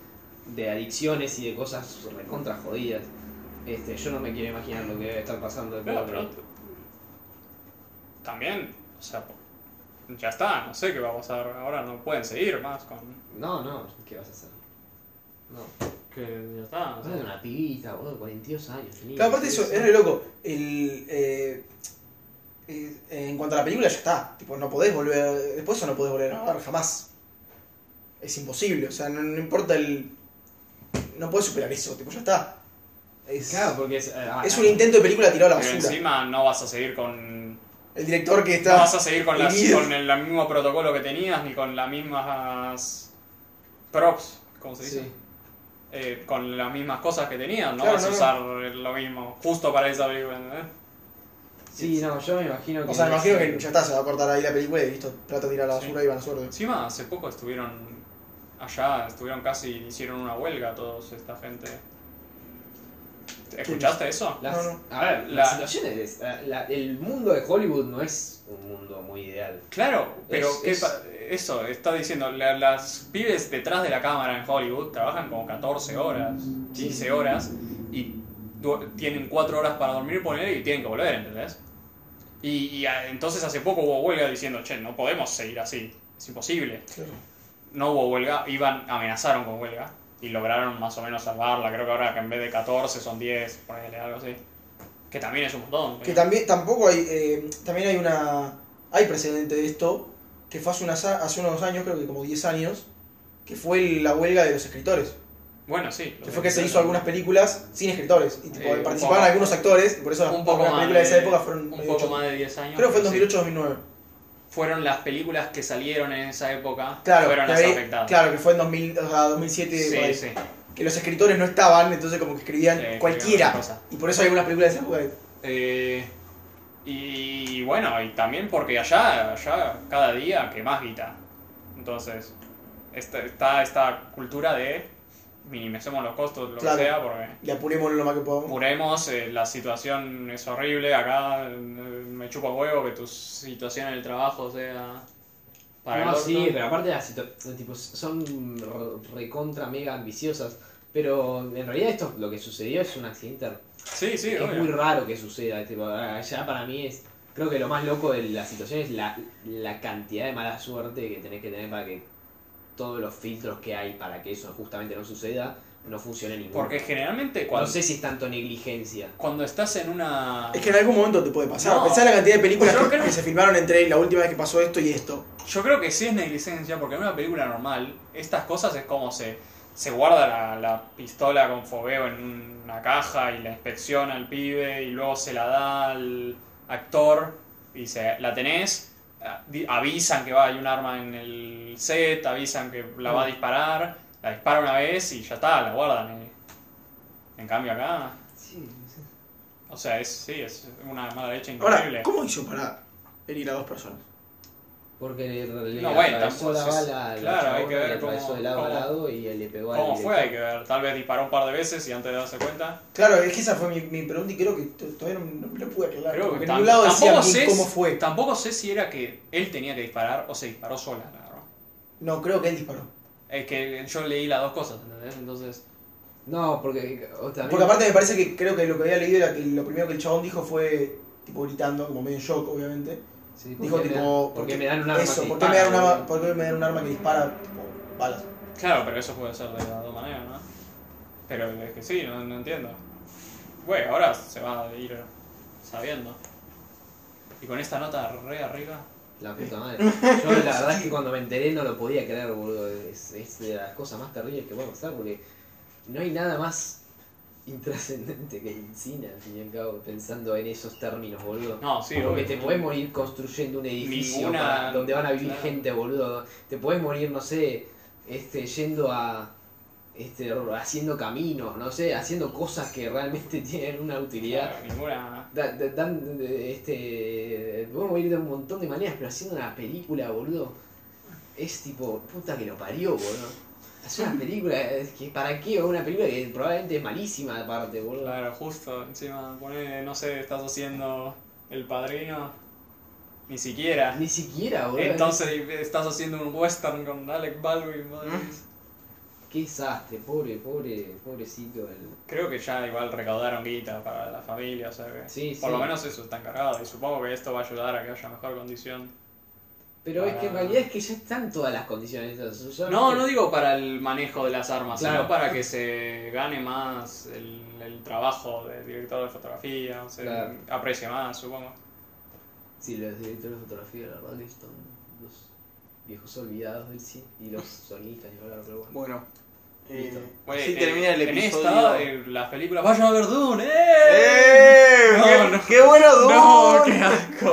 [SPEAKER 2] de adicciones y de cosas recontra jodidas. Este, yo no me quiero imaginar lo que debe estar pasando de
[SPEAKER 3] Claro,
[SPEAKER 2] pobre.
[SPEAKER 3] pero también, o sea, ya está, no sé qué va a pasar ahora, no pueden seguir más con
[SPEAKER 2] No, no, ¿qué vas a hacer? No,
[SPEAKER 3] que ya está. o sea.
[SPEAKER 2] hablas de una pibita, boludo, 42 años. tenía,
[SPEAKER 5] Claro, aparte eso,
[SPEAKER 2] 42
[SPEAKER 5] es re loco. El, eh, eh, en cuanto a la película, ya está. Tipo, no podés volver. a- Después eso no podés volver a grabar jamás. Es imposible. O sea, no, no importa el. No podés superar eso, tipo, ya está. Es,
[SPEAKER 2] Claro, porque es, eh, ah,
[SPEAKER 5] es un intento de película tirado a la
[SPEAKER 3] Pero
[SPEAKER 5] basura.
[SPEAKER 3] encima no vas a seguir con
[SPEAKER 5] El director que
[SPEAKER 3] no
[SPEAKER 5] está.
[SPEAKER 3] vas a seguir con, las,
[SPEAKER 5] herido.
[SPEAKER 3] con el, el mismo protocolo que tenías ni con las mismas props, ¿cómo se dice?
[SPEAKER 2] Sí.
[SPEAKER 3] Eh, con las mismas cosas que tenías, no
[SPEAKER 5] Claro,
[SPEAKER 3] vas a
[SPEAKER 5] no, no.
[SPEAKER 3] usar lo mismo justo para esa película, ¿entendés?
[SPEAKER 2] Sí, no, yo me imagino que.
[SPEAKER 5] O sea, me imagino que ya está, se va a cortar ahí la película y listo. Plata tirada a la
[SPEAKER 3] Sí.
[SPEAKER 5] basura y van a suerte.
[SPEAKER 3] Encima hace poco estuvieron allá, estuvieron casi, hicieron una huelga todos esta gente. ¿Escuchaste eso?
[SPEAKER 2] Las-
[SPEAKER 5] No, no.
[SPEAKER 2] A ver,
[SPEAKER 3] La-
[SPEAKER 2] la, situación es. la- la- el mundo de Hollywood no es un mundo muy ideal.
[SPEAKER 3] Claro, pero
[SPEAKER 2] Es-
[SPEAKER 3] ¿qué
[SPEAKER 2] es-
[SPEAKER 3] pa- eso, está diciendo, la- las pibes detrás de la cámara en Hollywood trabajan como 14 horas, 15 horas, y du- tienen 4 horas para dormir, poner y tienen que volver, ¿entendés? Y, y, ah, entonces hace poco hubo huelga diciendo, che, no podemos seguir así, es imposible.
[SPEAKER 5] Claro.
[SPEAKER 3] No hubo huelga, iban, amenazaron con huelga y lograron más o menos salvarla, creo que ahora que en vez de 14 son 10, ponele algo así. Que también es un montón. eh.
[SPEAKER 5] Que
[SPEAKER 3] pero-
[SPEAKER 5] también, tampoco hay. eh, también hay una. Hay precedente de esto. Que fue hace, unas a- hace unos años, creo que como 10 años. Que fue la huelga de los escritores.
[SPEAKER 3] Bueno, sí. lo
[SPEAKER 5] Que fue que se
[SPEAKER 3] dicen.
[SPEAKER 5] hizo algunas películas sin escritores. Y tipo,
[SPEAKER 3] Eh, un
[SPEAKER 5] participaban
[SPEAKER 3] poco.
[SPEAKER 5] algunos actores. Y por eso las
[SPEAKER 3] un poco
[SPEAKER 5] las
[SPEAKER 3] más
[SPEAKER 5] películas de esa época fueron.
[SPEAKER 3] un
[SPEAKER 5] medio
[SPEAKER 3] poco
[SPEAKER 5] chotas.
[SPEAKER 3] más de 10 años
[SPEAKER 5] Creo que fue en
[SPEAKER 3] sí.
[SPEAKER 5] 2008 o 2009.
[SPEAKER 3] fueron las películas que salieron en esa época
[SPEAKER 5] Claro,
[SPEAKER 3] fueron
[SPEAKER 5] que
[SPEAKER 3] las
[SPEAKER 5] había-
[SPEAKER 3] afectadas
[SPEAKER 5] claro, que fue en 2000, o sea, 2007. por
[SPEAKER 3] sí
[SPEAKER 5] ahí.
[SPEAKER 3] sí
[SPEAKER 5] Que los escritores no estaban, entonces como que escribían
[SPEAKER 3] Eh,
[SPEAKER 5] cualquiera.
[SPEAKER 3] cualquier cosa.
[SPEAKER 5] Y por eso hay algunas películas de esa época. que-
[SPEAKER 3] Eh, y bueno y también porque allá allá cada día que más guita entonces esta, está esta cultura de minimicemos los costos lo
[SPEAKER 5] Claro.
[SPEAKER 3] que sea porque
[SPEAKER 5] Y apuremos lo más que podamos.
[SPEAKER 3] Curemos, eh, la situación es horrible, acá eh, me chupa huevo que tu situación en el trabajo sea para
[SPEAKER 2] no,
[SPEAKER 3] el orto.
[SPEAKER 2] sí, pero aparte las situa- tipo, son re- recontra mega ambiciosas. Pero en realidad esto lo que sucedió es un accidente.
[SPEAKER 3] sí, sí,
[SPEAKER 2] es
[SPEAKER 3] obvio.
[SPEAKER 2] muy raro que suceda. Tipo, allá para mí es. Creo que lo más loco de la situación es la, la cantidad de mala suerte que tenés que tener para que todos los filtros que hay para que eso justamente no suceda no funcione ninguno.
[SPEAKER 3] Porque generalmente
[SPEAKER 2] no
[SPEAKER 3] cuando,
[SPEAKER 2] sé si es tanto negligencia.
[SPEAKER 3] cuando estás en una...
[SPEAKER 5] Es que en algún momento te puede pasar.
[SPEAKER 3] No.
[SPEAKER 5] Pensá en la cantidad de películas
[SPEAKER 3] Yo
[SPEAKER 5] que,
[SPEAKER 3] creo-
[SPEAKER 5] que se filmaron entre la última vez que pasó esto y esto.
[SPEAKER 3] Yo creo que sí es negligencia, porque en una película normal, estas cosas es como se, se guarda la, la pistola con fogueo en una caja y la inspecciona al pibe y luego se la da al actor y dice, la tenés, Ah, di- avisan que va, hay un arma en el set, avisan que la
[SPEAKER 5] Mm.
[SPEAKER 3] va a disparar, la dispara una vez y ya está, la guardan. y- En cambio acá,
[SPEAKER 2] Sí,
[SPEAKER 3] o sea, es, sí, es una mala leche increíble.
[SPEAKER 5] Ahora, ¿cómo hizo para herir a dos personas?
[SPEAKER 2] Porque le, le
[SPEAKER 3] No, bueno,
[SPEAKER 2] atravesó
[SPEAKER 3] tampoco
[SPEAKER 2] la
[SPEAKER 3] es-
[SPEAKER 2] bala al
[SPEAKER 3] claro, hay
[SPEAKER 2] chabón,
[SPEAKER 3] que ver
[SPEAKER 2] le atravesó
[SPEAKER 3] cómo-
[SPEAKER 2] de lado a
[SPEAKER 3] cómo-
[SPEAKER 2] lado y le pegó al
[SPEAKER 3] ¿Cómo fue? Hay
[SPEAKER 2] director.
[SPEAKER 3] que ver, tal vez disparó un par de veces y antes de darse cuenta...
[SPEAKER 5] Claro, es que esa fue mi, mi pregunta y creo que t- todavía no, no me lo pude aclarar.
[SPEAKER 3] Creo
[SPEAKER 5] porque
[SPEAKER 3] que
[SPEAKER 5] en
[SPEAKER 3] tam-
[SPEAKER 5] ningún lado decía
[SPEAKER 3] tampoco, sé,
[SPEAKER 5] cómo fue.
[SPEAKER 3] tampoco sé si era que él tenía que disparar o se disparó sola la arma.
[SPEAKER 5] No, creo que él disparó.
[SPEAKER 3] Es que yo leí las dos cosas, ¿entendés? Entonces,
[SPEAKER 2] No, porque. o también-
[SPEAKER 5] Porque aparte me parece que creo que lo que había leído era que lo primero que el chabón dijo fue, tipo gritando, como medio en shock, obviamente.
[SPEAKER 2] Sí, porque
[SPEAKER 5] Dijo
[SPEAKER 2] me dan-
[SPEAKER 5] tipo.
[SPEAKER 2] porque me dan un arma.
[SPEAKER 5] Eso,
[SPEAKER 2] que
[SPEAKER 5] ¿por qué, me dan un
[SPEAKER 2] dispara,
[SPEAKER 5] arma, ¿por qué me dan un arma que dispara tipo, balas?
[SPEAKER 3] claro, pero eso puede ser de las dos maneras, ¿no? Pero es que sí, no, no entiendo. Güey, ahora se va a ir sabiendo. Y con esta nota re arriba.
[SPEAKER 2] La puta madre. Yo la verdad es que cuando me enteré no lo podía creer, boludo. Es, es de las cosas más terribles que puede pasar porque no hay nada más intrascendente que Encina, al fin y al cabo, pensando en esos términos, boludo.
[SPEAKER 3] No, sí,
[SPEAKER 2] Porque
[SPEAKER 3] obvio.
[SPEAKER 2] te podés morir construyendo un edificio
[SPEAKER 3] Ninguna-
[SPEAKER 2] para- donde van a vivir
[SPEAKER 3] claro.
[SPEAKER 2] gente, boludo. Te podés morir, no sé, este, yendo a. Este, haciendo caminos, no sé, haciendo cosas que realmente tienen una utilidad.
[SPEAKER 3] Claro, ninguna.
[SPEAKER 2] Da- da- dan, eh, este, podemos ir de un montón de maneras, pero haciendo una película, boludo, es tipo, puta que lo parió, boludo. Hacer una película, es que ¿para qué? Una película que probablemente es malísima aparte, boludo.
[SPEAKER 3] Claro, justo. Encima pone, no sé, estás haciendo el padrino. Ni siquiera.
[SPEAKER 2] Ni siquiera, boludo.
[SPEAKER 3] Entonces estás haciendo un western con Alec Baldwin. madre.
[SPEAKER 2] Qué desastre, pobre, pobre, pobrecito. el-
[SPEAKER 3] Creo que ya igual recaudaron guita para la familia, o sea que
[SPEAKER 2] Sí,
[SPEAKER 3] por
[SPEAKER 2] sí.
[SPEAKER 3] lo menos eso está encargado y supongo que esto va a ayudar a que haya mejor condición.
[SPEAKER 2] Pero es que en
[SPEAKER 3] Ah.
[SPEAKER 2] realidad es que ya están todas las condiciones. o sea, ya-
[SPEAKER 3] No, no digo para el manejo de las armas,
[SPEAKER 2] Claro.
[SPEAKER 3] sino para que se gane más el, el trabajo del director de fotografía, se
[SPEAKER 2] Claro.
[SPEAKER 3] aprecie más, supongo.
[SPEAKER 2] Sí, los directores de fotografía, la verdad, que son los viejos olvidados del cine y los sonistas, y ahora, pero bueno.
[SPEAKER 5] Bueno.
[SPEAKER 1] Eh,
[SPEAKER 3] Güey,
[SPEAKER 1] así
[SPEAKER 3] eh,
[SPEAKER 1] termina el
[SPEAKER 3] En
[SPEAKER 1] episodio.
[SPEAKER 3] esta, eh, las películas, vayan a ver Dune, ¡eh!
[SPEAKER 1] ¡Eh!
[SPEAKER 3] No,
[SPEAKER 1] ¡Qué,
[SPEAKER 3] no.
[SPEAKER 1] qué bueno,
[SPEAKER 3] No,
[SPEAKER 1] Dune!
[SPEAKER 3] qué asco.